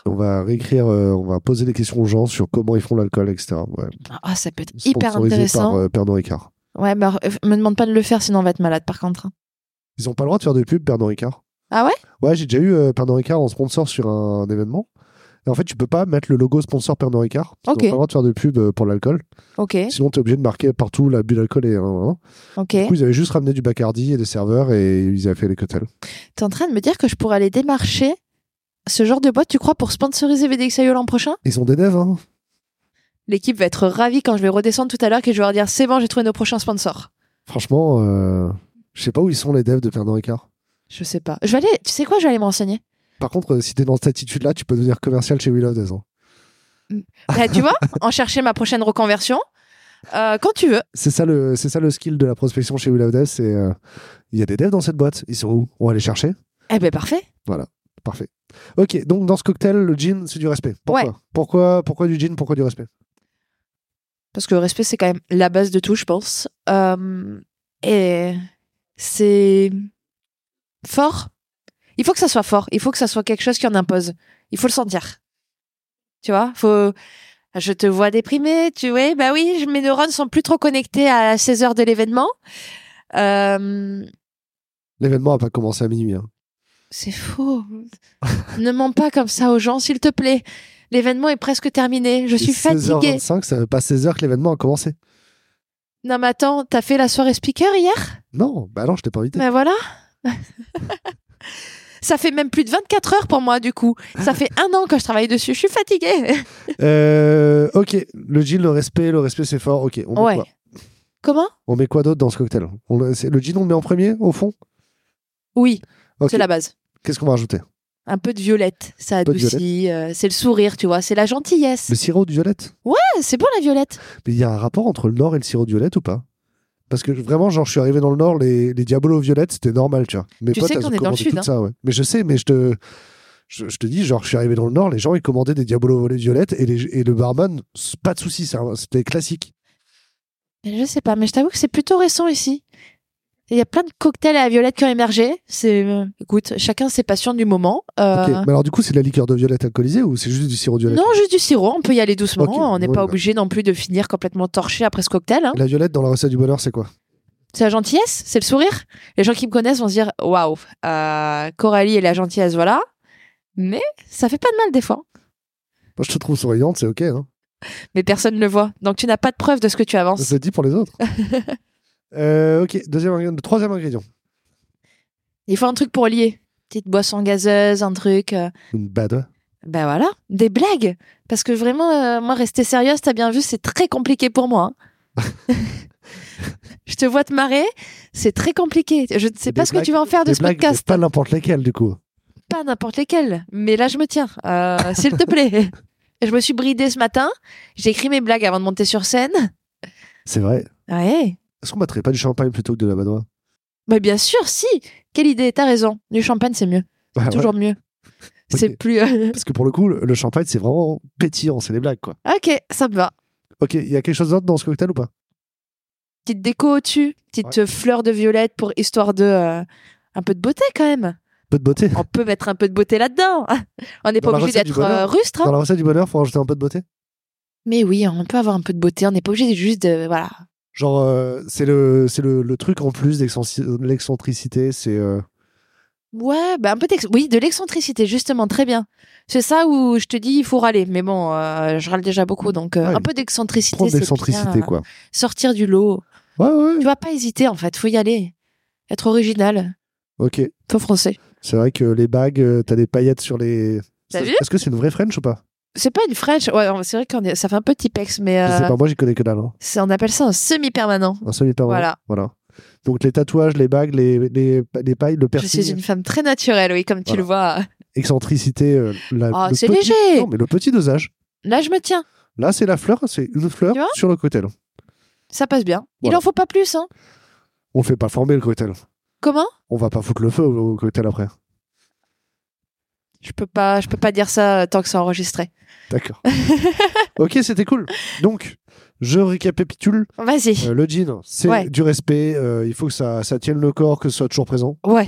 On va réécrire, euh, on va poser des questions aux gens sur comment ils font l'alcool, etc. Ouais.
Ah, ça peut être hyper
Sponsorisé
intéressant.
par euh, Pernod Ricard.
Ouais, mais alors, euh, me demande pas de le faire, sinon on va être malade par contre. hein.
Ils ont pas le droit de faire des pubs, Pernod Ricard.
Ah ouais
Ouais, j'ai déjà eu euh, Pernod Ricard en sponsor sur un, un événement. Et en fait, tu peux pas mettre le logo sponsor Pernod Ricard. Ils
Ok.
ont pas le droit de faire de pub euh, pour l'alcool.
Ok,
Sinon, t'es obligé de marquer partout l'abus d'alcool et. hein, hein.
ok.
Du coup, ils avaient juste ramené du Bacardi et des serveurs et ils avaient fait les cocktails.
T'es en train de me dire que je pourrais aller démarcher ce genre de boîte, tu crois, pour sponsoriser VDXIO l'an prochain
Ils ont des devs, hein.
L'équipe va être ravie quand je vais redescendre tout à l'heure que je vais leur dire c'est bon, j'ai trouvé nos prochains sponsors.
Franchement, euh, je sais pas où ils sont les devs de Pernod Ricard.
Je sais pas. Je vais aller, tu sais quoi, je vais aller me renseigner.
Par contre, euh, si t'es dans cette attitude-là, tu peux devenir commercial chez Will of Days, hein.
Bah, tu vois, en chercher ma prochaine reconversion. euh, quand tu veux.
C'est ça le c'est ça le skill de la prospection chez Will of Dev, c'est euh, il y a des devs dans cette boîte, ils sont où On va les chercher.
Eh ben parfait.
Parfait. OK, donc dans ce cocktail, le gin, c'est du respect. Pourquoi
Ouais.
Pourquoi pourquoi du gin, pourquoi du respect
Parce que le respect, c'est quand même la base de tout, je pense. Euh, et c'est fort. Il faut que ça soit fort. Il faut que ça soit quelque chose qui en impose. Il faut le sentir. tu vois. Faut, je te vois déprimé, tu vois. Bah oui, mes neurones sont plus trop connectés à 16 heures de l'événement. Euh,
L'événement n'a pas commencé à minuit. hein.
c'est faux. ne mens pas comme ça aux gens, s'il te plaît. L'événement est presque terminé. Je suis fatiguée.
16h25, ça veut pas 16h que l'événement a commencé.
Non, mais attends, t'as fait la soirée speaker hier
Non, bah non, je t'ai pas invité.
Ben voilà. Ça fait même plus de 24 heures pour moi, du coup.
Ah.
Ça fait un an que je travaille dessus. Je suis fatiguée.
Euh, ok, le gin, le respect, le respect c'est fort. Ok, on met
Ouais.
bah, quoi
Comment
On met quoi d'autre dans ce cocktail On le- c'est- Le gin, on le met en premier, au fond
Oui,
Ok.
c'est la base.
Qu'est-ce qu'on va rajouter
Un peu de violette, ça
peu de
adoucit. euh, c'est le sourire, tu vois. C'est la gentillesse.
Le sirop de violette
Ah, c'est bon la violette.
Mais il y a un rapport entre le nord et le sirop de violette ou pas Parce que vraiment, genre, je suis arrivé dans le nord, les, les diabolos violettes, c'était normal, tu vois. Mes
Tu
potes,
sais
elles
qu'on est dans
ont
le
commandé
sud,
tout
hein.
ça, ouais. Mais je sais, mais je te. Je, je te dis, genre, je suis arrivé dans le Nord, les gens, ils commandaient des Diabolo violettes et, les- et le barman, c'est pas de souci, c'est un- c'était classique.
Je sais pas, mais je t'avoue que c'est plutôt récent ici. Il y a plein de cocktails à la violette qui ont émergé. C'est, euh, écoute, chacun ses passions du moment. Euh,
Ok, mais alors du coup, c'est de la liqueur de violette alcoolisée ou c'est juste du sirop de violette
non, juste du sirop. On peut y aller doucement.
Ok,
On n'est
ouais,
pas
bah.
obligé non plus de finir complètement torché après ce cocktail. hein.
La violette dans la recette du bonheur, c'est quoi
C'est la gentillesse, c'est le sourire. Les gens qui me connaissent vont se dire waouh, euh, Coralie et la gentillesse, voilà. Mais ça fait pas de mal des fois.
Moi, je te trouve souriante, c'est ok. Hein
Mais personne ne le voit. Donc tu n'as pas de preuve de ce que tu avances.
je le dis pour les autres. Euh, ok, deuxième ingrédient, le troisième ingrédient.
Il faut un truc pour lier. Petite boisson gazeuse, un truc. euh,
Une bad.
Ben voilà, des blagues. Parce que vraiment, euh, moi, rester sérieuse, t'as bien vu, c'est très compliqué pour moi. hein. Je te vois te marrer, c'est très compliqué. Je ne sais
Des
pas ce que
blagues-
tu vas en faire de
Des
ce
blagues,
podcast.
mais pas n'importe lesquelles, du coup.
pas n'importe lesquelles. Mais là, je me tiens. Euh, S'il te plaît. Je me suis bridée ce matin. J'ai écrit mes blagues avant de monter sur scène.
C'est vrai.
Ouais.
Est-ce qu'on battrait pas du champagne plutôt que de la badoie
Mais bien sûr, si. Quelle idée. T'as raison. Du champagne, c'est mieux.
Bah ouais,
Toujours mieux. C'est
Ok.
plus. euh,
Parce que pour le coup, le le champagne, c'est vraiment pétillant, c'est des blagues, quoi.
Ok, ça me va.
Ok, il y a quelque chose d'autre dans ce cocktail ou pas
Petite déco au-dessus. Petite euh, fleur de violette pour histoire de. euh, un peu de beauté quand même.
Peu de beauté.
On peut mettre un peu de beauté là-dedans. On n'est
Dans
pas
la
obligé
recette du
d'être euh,
bonheur.
rustre. hein.
Dans la recette du bonheur, faut rajouter un peu de beauté.
Mais oui, on peut avoir un peu de beauté. On n'est pas obligé juste de. Voilà.
Genre, euh, c'est le, c'est le, le truc en plus d'excensi- l'excentricité, c'est. euh,
Ouais, bah un peu d'ex- oui, de l'excentricité justement, très bien. C'est ça où je te dis il faut râler, mais bon, euh, je râle déjà beaucoup, donc euh,
Ouais,
un peu d'excentricité,
prendre
c'est
l'excentricité,
bien. hein.
quoi.
Sortir du lot.
Ouais, ouais.
Tu vas pas hésiter en fait, faut y aller. Être original,
Ok.
faut français.
C'est vrai que les bagues, euh, t'as des paillettes sur les.
T'as
C'est-
vu
Est-ce que c'est une vraie French ou pas
C'est pas une French, ouais, on- c'est vrai qu'on est- ça fait un peu Tipex, mais
Je sais
euh,
pas, moi j'y connais que dalle. hein.
c'est- on appelle ça un semi-permanent.
Un seul hyper
Voilà.
Voilà. Donc les tatouages, les bagues, les, les, les pailles, le
Je suis
piercing,
une femme très naturelle, oui, comme tu
Voilà.
le vois.
excentricité. euh, la-
Oh,
le
c'est
petit-
léger.
Non, mais le petit dosage.
Là, je me tiens,
Là, c'est la fleur, c'est une fleur
Tu vois
sur le cocktail.
ça passe bien. Il
Voilà.
en faut pas plus, hein.
On fait pas former le cocktail.
Comment
On va pas foutre le feu au, au cocktail après.
Je peux pas, je peux pas dire ça tant que c'est enregistré.
D'accord. ok, c'était cool. Donc, je récapitule.
Vas-y.
Euh, le jean, c'est
Ouais.
du respect. euh, il faut que ça, ça tienne le corps, que ce soit toujours présent.
Ouais.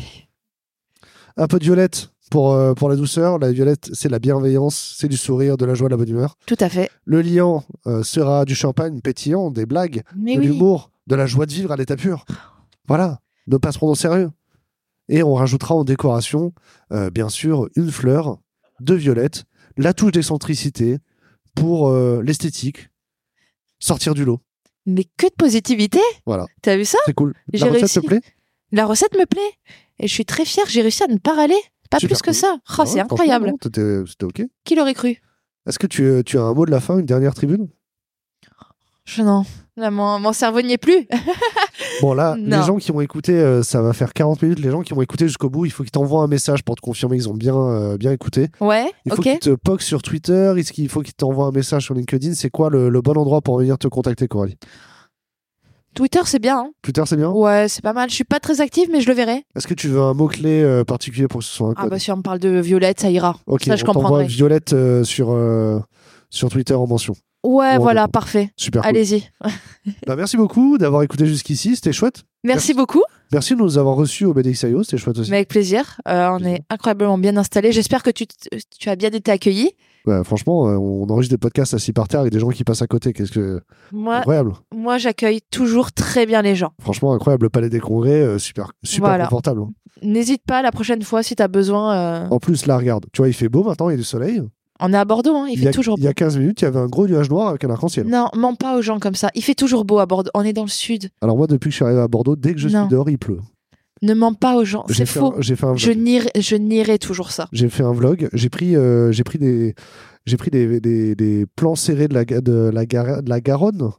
Un peu de violette pour, euh, pour la douceur. La violette, c'est la bienveillance, c'est du sourire, de la joie, de la bonne humeur.
Tout à fait.
Le liant euh, sera du champagne pétillant, des blagues,
Mais
de
Eh oui.
l'humour, de la joie de vivre à l'état pur. Voilà, ne pas se prendre au sérieux. Et on rajoutera en décoration, euh, bien sûr, une fleur, deux violettes, la touche d'excentricité pour euh, l'esthétique, sortir du lot.
Mais que de positivité
Voilà,
T'as vu ça
c'est cool. La
J'ai
recette
réussi. Oh,
te plaît
La recette me plaît. Et je suis très fière, j'ai réussi à ne pas râler. Pas
Super
plus que
cool.
ça. Oh,
Ah ouais,
c'est
franchement,
incroyable.
non, t'étais- C'était OK.
Qui l'aurait cru
Est-ce que tu, tu as un mot de la fin, une dernière tribune
Je non. Là, mon, mon cerveau n'y est plus.
Bon, là, les
Non.
gens qui ont écouté, euh, ça va faire 40 minutes. Les gens qui ont écouté jusqu'au bout, il faut qu'ils t'envoient un message pour te confirmer qu'ils ont bien, euh, bien écouté.
Ouais,
Il faut
ok.
qu'ils te poquent sur Twitter. Est-ce qu'il faut qu'ils t'envoient un message sur LinkedIn C'est quoi le, le bon endroit pour venir te contacter, Coralie
Twitter, c'est bien. hein.
Twitter, c'est bien
Ouais, c'est pas mal. Je suis pas très active, mais je le verrai.
Est-ce que tu veux un mot-clé euh, particulier pour que ce soit un
Ah
code
bah si on me parle de Violette, ça ira.
Ok,
ça, je
on t'envoie
comprendrai.
Violette euh, sur, euh, sur Twitter en mention.
Ouais,
Bon,
voilà,
d'accord.
parfait.
Super cool.
Allez-y.
Bah, merci beaucoup d'avoir écouté jusqu'ici, c'était chouette. Merci.
Merci beaucoup,
Merci de nous avoir reçus au BDXIO, c'était chouette aussi.
mais avec plaisir. Euh, on
Plaisir.
est incroyablement bien installés. J'espère que tu, t- tu as bien été accueilli.
Ouais, franchement, euh, on enregistre des podcasts assis par terre avec des gens qui passent à côté. Qu'est-ce que
Moi,
incroyable.
moi j'accueille toujours très bien les gens.
Franchement, incroyable. Le Palais des Congrès, euh, super, super
Voilà.
confortable. hein.
N'hésite pas la prochaine fois si tu as besoin. euh,
En plus, là, regarde, tu vois, il fait beau maintenant, il y a du soleil.
On est à Bordeaux, hein, il,
y
fait
a,
toujours
Il y a 15 minutes, il y avait un gros nuage noir avec un arc-en-ciel.
Non, mens pas aux gens comme ça. Il fait toujours beau à Bordeaux. On est dans le sud.
Alors moi, depuis que je suis arrivé à Bordeaux, dès que je
Non.
suis dehors, il pleut.
Ne mens pas aux gens. C'est
J'ai fait,
faux.
un- j'ai fait un
Je
vlog.
nierai, je nierai toujours ça.
J'ai fait un vlog. J'ai pris, euh, j'ai pris des, j'ai pris des, des, des plans serrés de la ga- de la, Gar- de la Garonne,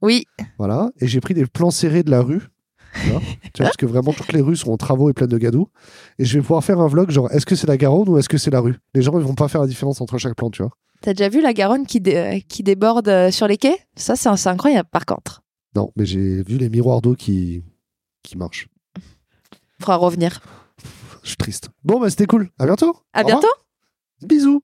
Oui,
voilà, et j'ai pris des plans serrés de la rue. tu vois. Tu vois, parce que vraiment toutes les rues sont en travaux et pleines de gadou. Et je vais pouvoir faire un vlog genre est-ce que c'est la Garonne ou est-ce que c'est la rue Les gens ils vont pas faire la différence entre chaque plan, tu vois.
t'as déjà vu la Garonne qui, dé- qui déborde euh, sur les quais Ça, c'est c'est incroyable par contre.
Non, mais j'ai vu les miroirs d'eau qui qui marchent.
Faudra revenir.
Je suis triste. Bon bah c'était cool. À bientôt. Au
À
revoir.
bientôt
Bisous.